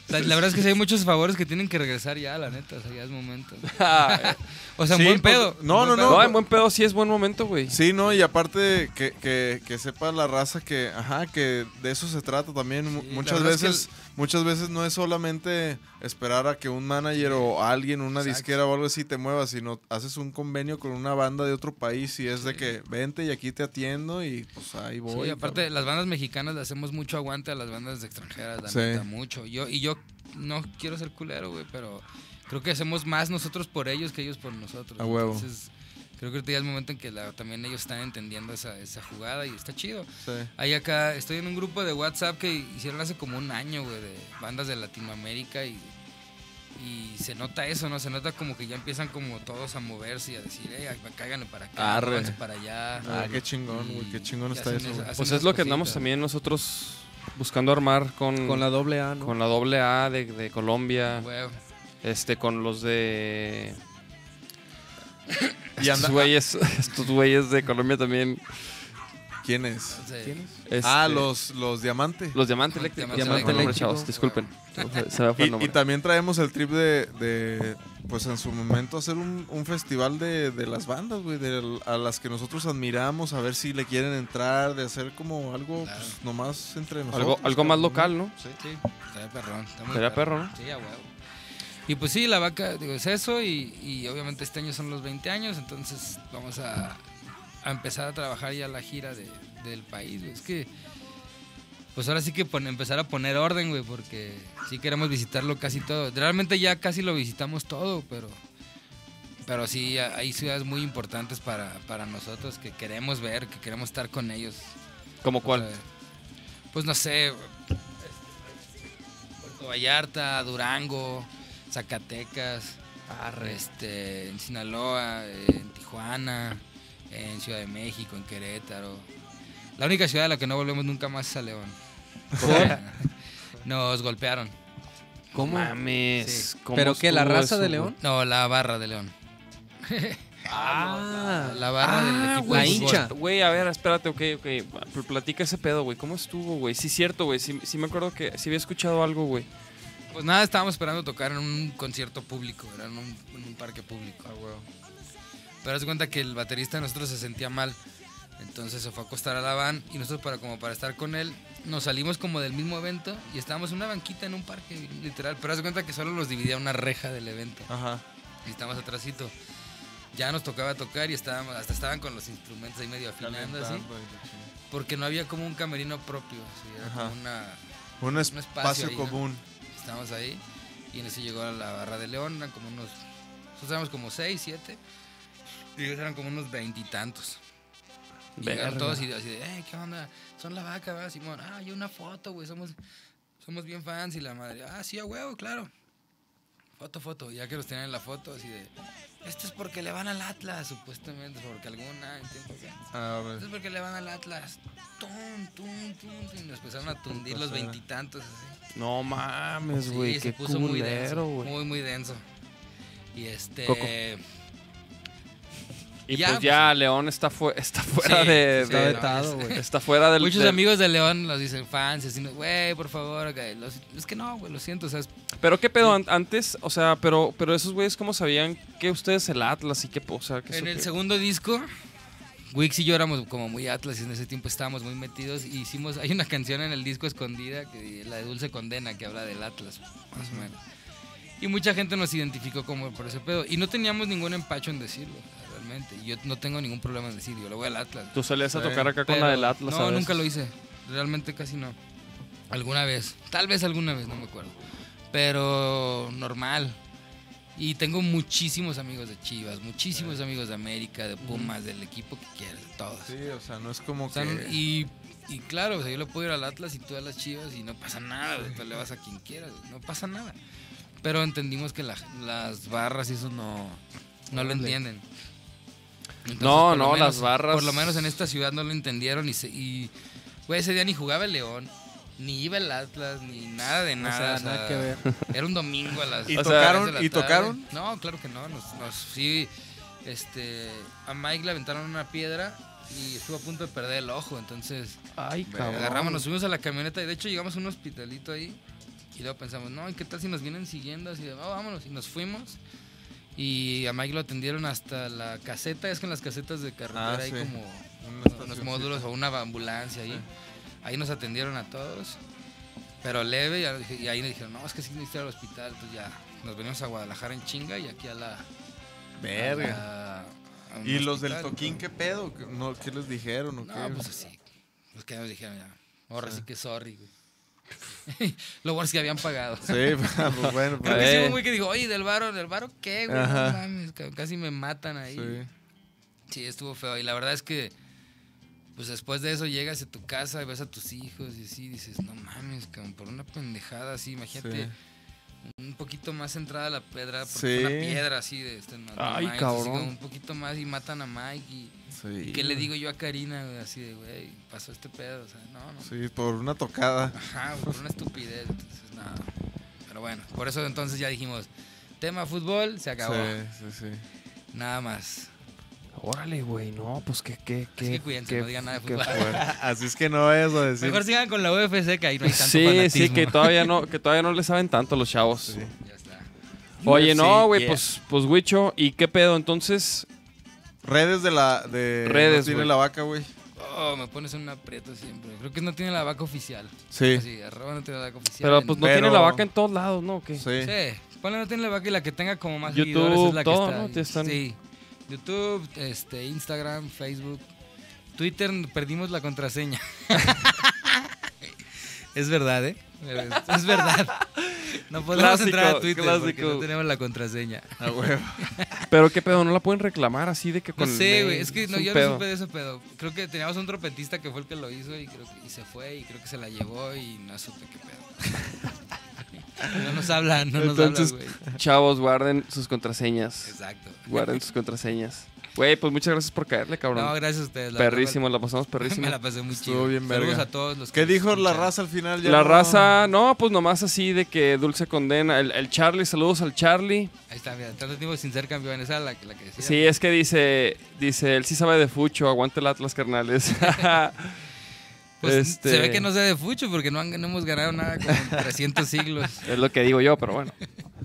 O sea, la verdad es que sí hay muchos favores que tienen que regresar ya, la neta. O sea, ya es momento. <laughs> Ah, O sea, Sí, buen pues, pedo. no, buen no, pedo. no, en buen pedo sí es buen momento, güey. Sí, no, y aparte que, que, que sepa la raza que, ajá, que de eso se trata también. Mu- Sí, muchas la verdad es que veces, muchas veces no es solamente esperar a que un manager o alguien, una Exacto. disquera o algo así te mueva, sino haces un convenio con una banda de otro país y es de que vente y aquí te atiendo y pues ahí Sí, voy. aparte, las bandas mexicanas le hacemos mucho aguante a las bandas extranjeras, la Sí. neta, mucho. Yo, y yo no quiero ser culero, güey, pero creo que hacemos más nosotros por ellos que ellos por nosotros. A huevo. Entonces, creo que ahorita ya es el momento en que la- también ellos están entendiendo esa, esa jugada y está chido. cabrón. Ahí acá, estoy en un grupo de WhatsApp que hicieron hace como un año, güey, de bandas de Latinoamérica y, y se nota eso, ¿no? Se nota como que ya empiezan como todos a moverse y a decir, eh, cáiganle para acá, Arre. váyanse para allá. Ah, qué chingón, güey, qué chingón Y está hacen eso, güey. hacen Pues unas es lo que andamos cositas. también nosotros buscando armar con, Con la doble A, ¿no? con la doble A de, de Colombia, Huevo. este, con los de... Y anda- estos, güeyes, <laughs> estos güeyes de Colombia también. ¿Quién es? O sea, Ah, este, los, los diamantes. Los Diamante Eléctrico. Diamante se me fue el nombre, Eléctrico. chavos, disculpen. Se- Se me fue el Y, y nombre. también traemos el trip de, de, pues en su momento hacer un, un festival de, de las bandas, güey, de l- a las que nosotros admiramos, a ver si le quieren entrar, de hacer como algo Claro. pues, nomás entre nosotros. Algo, algo más cabrón. local, ¿no? Sí. Sí, estaría perrón. está muy Estaría perro, ¿no? Sí, a huevo. Y pues sí, la vaca, digo, es eso. Y, y obviamente este año son los 20 años, entonces vamos a, a empezar a trabajar ya la gira de- del país. güey. Es que, pues ahora sí que pon- empezar a poner orden, güey, porque sí queremos visitarlo casi todo. Realmente ya casi lo visitamos todo, pero. Pero sí, a- hay ciudades muy importantes para, para nosotros que queremos ver, que queremos estar con ellos. ¿Como O cuál? sea, Eh, Pues no sé. Puerto Vallarta, Durango, Zacatecas, Ah, este, en Sinaloa, eh, en Tijuana, en Ciudad de México, en Querétaro. La única ciudad a la que no volvemos nunca más es a León. <laughs> Nos golpearon. ¿Cómo? Mames. Sí. ¿cómo ¿Pero qué? ¿La estuvo raza de eso, León? No, la barra de León. Ah, La barra del equipo güey, de la fútbol. hincha. Güey, a ver, espérate, ok, ok. Pl- Platica ese pedo, güey. ¿Cómo estuvo, güey? Sí, cierto, güey. Sí, sí me acuerdo que sí había escuchado algo, güey. Pues nada, estábamos esperando tocar en un concierto público, era en un, Ah, en un parque público. Pero haz de cuenta que el baterista de nosotros se sentía mal. Entonces se fue a acostar a la van y nosotros para como para estar con él nos salimos como del mismo evento y estábamos en una banquita en un parque literal, pero haz de cuenta que solo nos dividía una reja del evento Ajá. y estábamos atrásito. Ya nos tocaba tocar y estábamos hasta estaban con los instrumentos ahí medio afinando así, Calentando y la chingada. porque no había como un camerino propio, así, era Ajá. como una Un espacio, espacio ahí, ¿no? común. Estábamos ahí y en eso llegó a la barra de León, eran como unos, nosotros éramos como seis, siete, y ellos eran como unos veintitantos. Y Llegaron Verga. todos y así de, "Eh, ¿qué onda? Son la vaca, ¿verdad, Simón? Ah, hay una foto, güey, somos, somos bien fans y la madre, ah, sí, a huevo, claro. Foto, foto, ya que los tenían en la foto, así de, esto es porque le van al Atlas, supuestamente, porque alguna, en tiempo que- Ah, esto es porque le van al Atlas. Tum, tum, tum, y nos empezaron a tundir los veintitantos, así. No mames, Sí, güey. qué se puso muy denso. culero, güey. Muy, muy denso. Y este. Coco. Y Ya, pues ya, León está, fu- está fuera Sí, de. sí, Está no, de- vetado, güey. Está fuera del. Muchos del- amigos de León nos dicen fans, y así, güey, por favor, ok, los- es que no, güey, lo siento, o sea, es- Pero qué pedo, An- antes, o sea, pero, pero esos güeyes, ¿cómo sabían que ustedes el Atlas y qué, po- o sea, que en el supi- segundo disco, Wix y yo éramos como muy Atlas y en ese tiempo estábamos muy metidos y hicimos, hay una canción en el disco escondida, que, la de Dulce Condena, que habla del Atlas, más o menos. Y mucha gente nos identificó como por ese pedo. Y no teníamos ningún empacho en decirlo, realmente. Y yo no tengo ningún problema en decir, yo le voy al Atlas. Tú salías a Sí, tocar acá con Pero la del Atlas. No, nunca lo hice. Realmente casi no. Alguna vez. Tal vez alguna vez, no me acuerdo. Pero normal. Y tengo muchísimos amigos de Chivas, muchísimos amigos de América, de Pumas, del equipo que quieras, de todos. Sí, o sea, no es como O sea, que. y, y claro, o sea, yo le puedo ir al Atlas y tú a las Chivas y no pasa nada, güey, tú le vas a quien quieras, güey, no pasa nada. Pero entendimos que la- las barras y eso no, no lo entienden. Entonces, No, por lo no, menos- las barras- Por lo menos en esta ciudad no lo entendieron y, se- y, güey, ese día ni jugaba el León, ni iba el Atlas, ni nada de o nada. sea, o sea, nada que ver. Era un domingo a las ¿Y tres tocaron? de la ¿Y tarde. tocaron? No, claro que no. Nos, nos- sí, este, a Mike le aventaron una piedra y estuvo a punto de perder el ojo. Entonces Ay, agarramos, nos subimos a la camioneta y de hecho llegamos a un hospitalito ahí. Y luego pensamos, no, ¿y qué tal si nos vienen siguiendo? Así de, "Oh, vámonos. Y nos fuimos. Y a Mike lo atendieron hasta la caseta. Es que en las casetas de carretera Ah, hay sí. como una unos estacioncita. módulos o una ambulancia ahí. Ahí nos atendieron a todos, pero leve, y ahí- y ahí nos dijeron, no, es que sí necesito ir al hospital, pues ya nos venimos a Guadalajara en chinga y aquí a la... a Verga. la- a un ¿Y los del hospital. toquín qué pedo? ¿Qué, no, ¿qué les dijeron? No, o qué? <laughs> pues así, los que nos dijeron ya, ahora sí que sorry, güey. <laughs> Lo bueno es que habían pagado. <laughs> Sí, <laughs> pues Creo bueno. Pues, que sí hubo Eh. un güey que dijo, oye, ¿del baro? ¿Del baro qué, güey? No Ajá. mames, ca- casi me matan ahí. sí. Sí, estuvo feo. Y la verdad es que, pues después de eso llegas a tu casa y ves a tus hijos y así dices, no mames, cabrón, por una pendejada así, imagínate. Un poquito más centrada la piedra, porque fue una Sí. piedra así de este. no, no Ay, mames, así como cabrón. un poquito más y matan a Mike. ¿Y, Sí. ¿y qué le digo yo a Karina? güey? Así de, güey, pasó este pedo. O sea, no, no. Sí, por una tocada. Ajá, güey, por una estupidez. Entonces, nada. Pero bueno, por eso entonces ya dijimos, tema fútbol, se acabó. Sí, sí, sí. Nada más. Órale, güey, no, pues que, que, que. Así que cuídense, que- no digan nada de que- fútbol. <laughs> Así es que no es a decir. Mejor sigan con la UFC que ahí no <laughs> hay tanto Sí, sí, fanatismo. que todavía no, que todavía no le saben tanto los chavos. Ya está. Oye, no, Sí, güey, yeah. pues, pues, Huicho, ¿y qué pedo? Entonces, Redes de la. De, Redes, no tiene güey. la vaca, güey. Oh, me pones en un aprieto siempre. Creo que no tiene la vaca oficial. Sí. Sí. Así, arroba no tiene la vaca oficial. pero pues no Pero- tiene la vaca en todos lados, ¿no? ¿O qué? Sí, ponle no tiene la vaca y la que tenga como más YouTube, seguidores es la que todo, está ¿no? ahí. Te están- Sí. YouTube, este, Instagram, Facebook. Twitter perdimos la contraseña. <laughs> es verdad, ¿eh? Es, es verdad. No podemos Clásico, entrar a Twitter porque clásico. no tenemos la contraseña. A huevo. Pero qué pedo, no la pueden reclamar así de que No con. el sé, güey. mail? Es que no, un yo no pedo. supe de ese pedo. Creo que teníamos un trompetista que fue el que lo hizo y, creo que- y se fue y creo que se la llevó y no supe qué pedo. <laughs> no nos hablan, no nos Entonces- hablan, güey. Chavos, guarden sus contraseñas. Exacto. Guarden sus contraseñas. Güey, pues muchas gracias por caerle, cabrón. No, gracias a ustedes. la verdad, perrísimo, la pasamos perrísimo. <laughs> Me la pasé muy Estuvo chido. bien Saludos verga. a todos los ¿Qué que dijo la escuchan. raza al final? Ya La no- raza, no, pues nomás así de que Dulce condena. El, el Charlie, saludos al Charlie. Ahí está, mira, tanto tiempo sin ser campeón. Esa es la, que- la que decía. Sí, es que dice, dice, él sí sabe de fucho, aguante el Atlas, carnales. Pues, este- Se ve que no sé de fucho porque no, han- no hemos ganado nada como en 300 siglos. es lo que digo yo, pero bueno.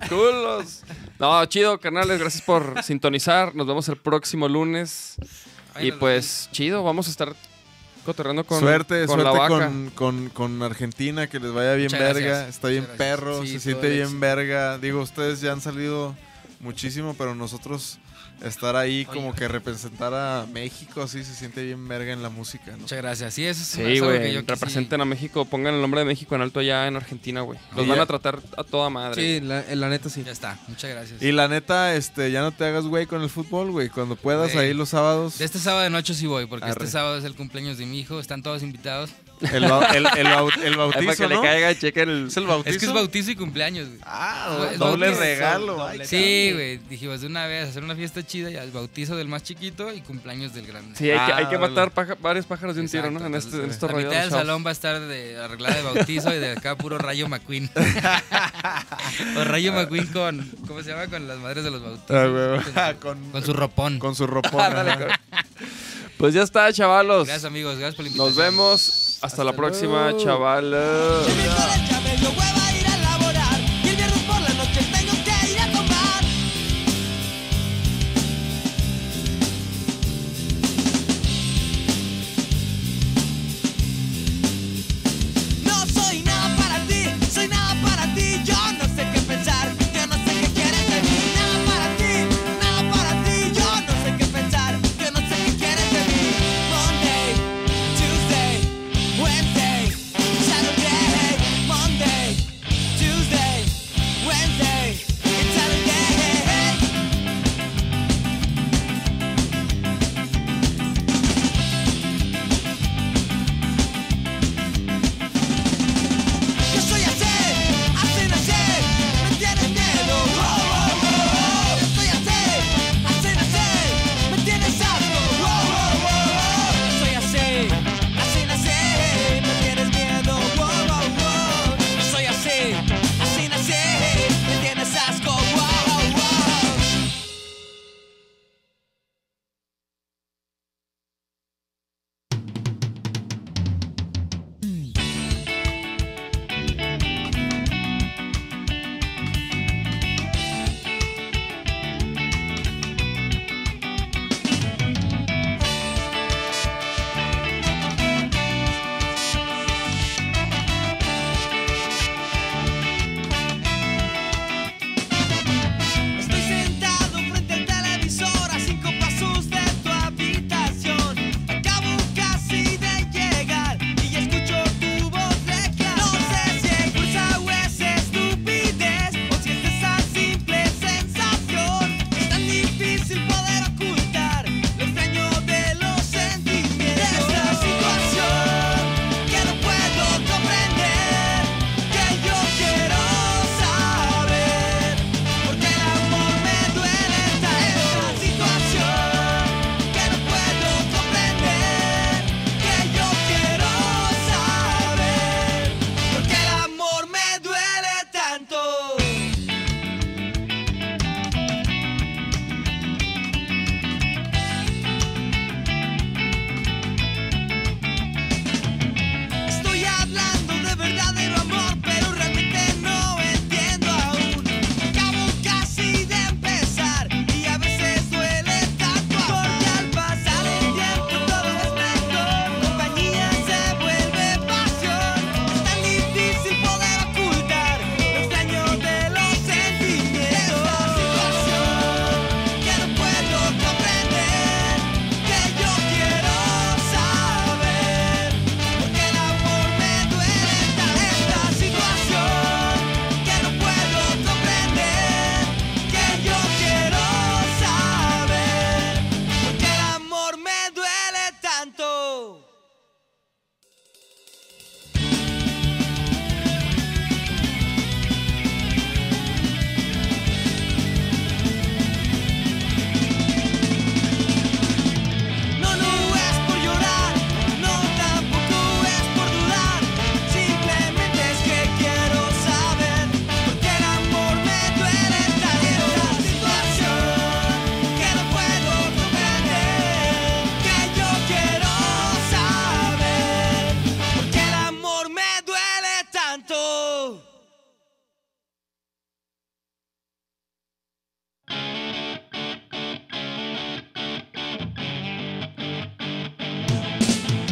¡Culos! No, chido, carnales, gracias por sintonizar. Nos vemos el próximo lunes. <laughs> Ahí Y nos- pues, chido, vamos a estar cotorreando con, suerte, con suerte la vaca. con, con- con Argentina, que les vaya bien Muchas verga. gracias, Está muchas bien gracias. perro, Sí, se todo siente el bien éxito. verga. Digo, ustedes ya han salido muchísimo, pero nosotros estar ahí como que representar a México, así se siente bien verga en la música, ¿no? Muchas gracias. Sí, eso es Sí, es algo que güey. yo quisi- Representen a México, pongan el nombre de México en alto allá en Argentina, güey. Los Y van ya- a tratar a toda madre. Sí, la, eh, la neta sí. Ya está, muchas gracias. Y la neta, este, ya no te hagas güey con el fútbol, güey. Cuando puedas Güey. ahí los sábados, De este sábado de noche sí voy, porque Arre. este sábado es el cumpleaños de mi hijo, están todos invitados. el, ba- el- el bau- el Ahí para bautizo, que ¿no? le caiga, chequen el. ¿Es el bautizo? Es que es bautizo y cumpleaños, güey. Ah, Es doble bautizo. regalo. Sí, güey, dijimos de una vez hacer una fiesta chida, ya el bautizo del más chiquito y cumpleaños del grande. Sí, hay, que, hay que Ah, matar paja- varios pájaros de un tiro, ¿no? Exacto, En, este, en entonces, estos La mitad del rayados, chavos. salón va a estar de arreglada de bautizo y de acá puro Rayo <laughs> McQueen. o Rayo Ah. McQueen con, ¿cómo se llama? Con las madres de los bautizos. Ah, güey. <laughs> con, su- con Con, su ropón. con <laughs> su ropón. ajá. Pues ya está, chavalos. Gracias amigos, gracias por la invitación. Nos vemos. Hasta, la próxima, luego. chavalos. Give me to the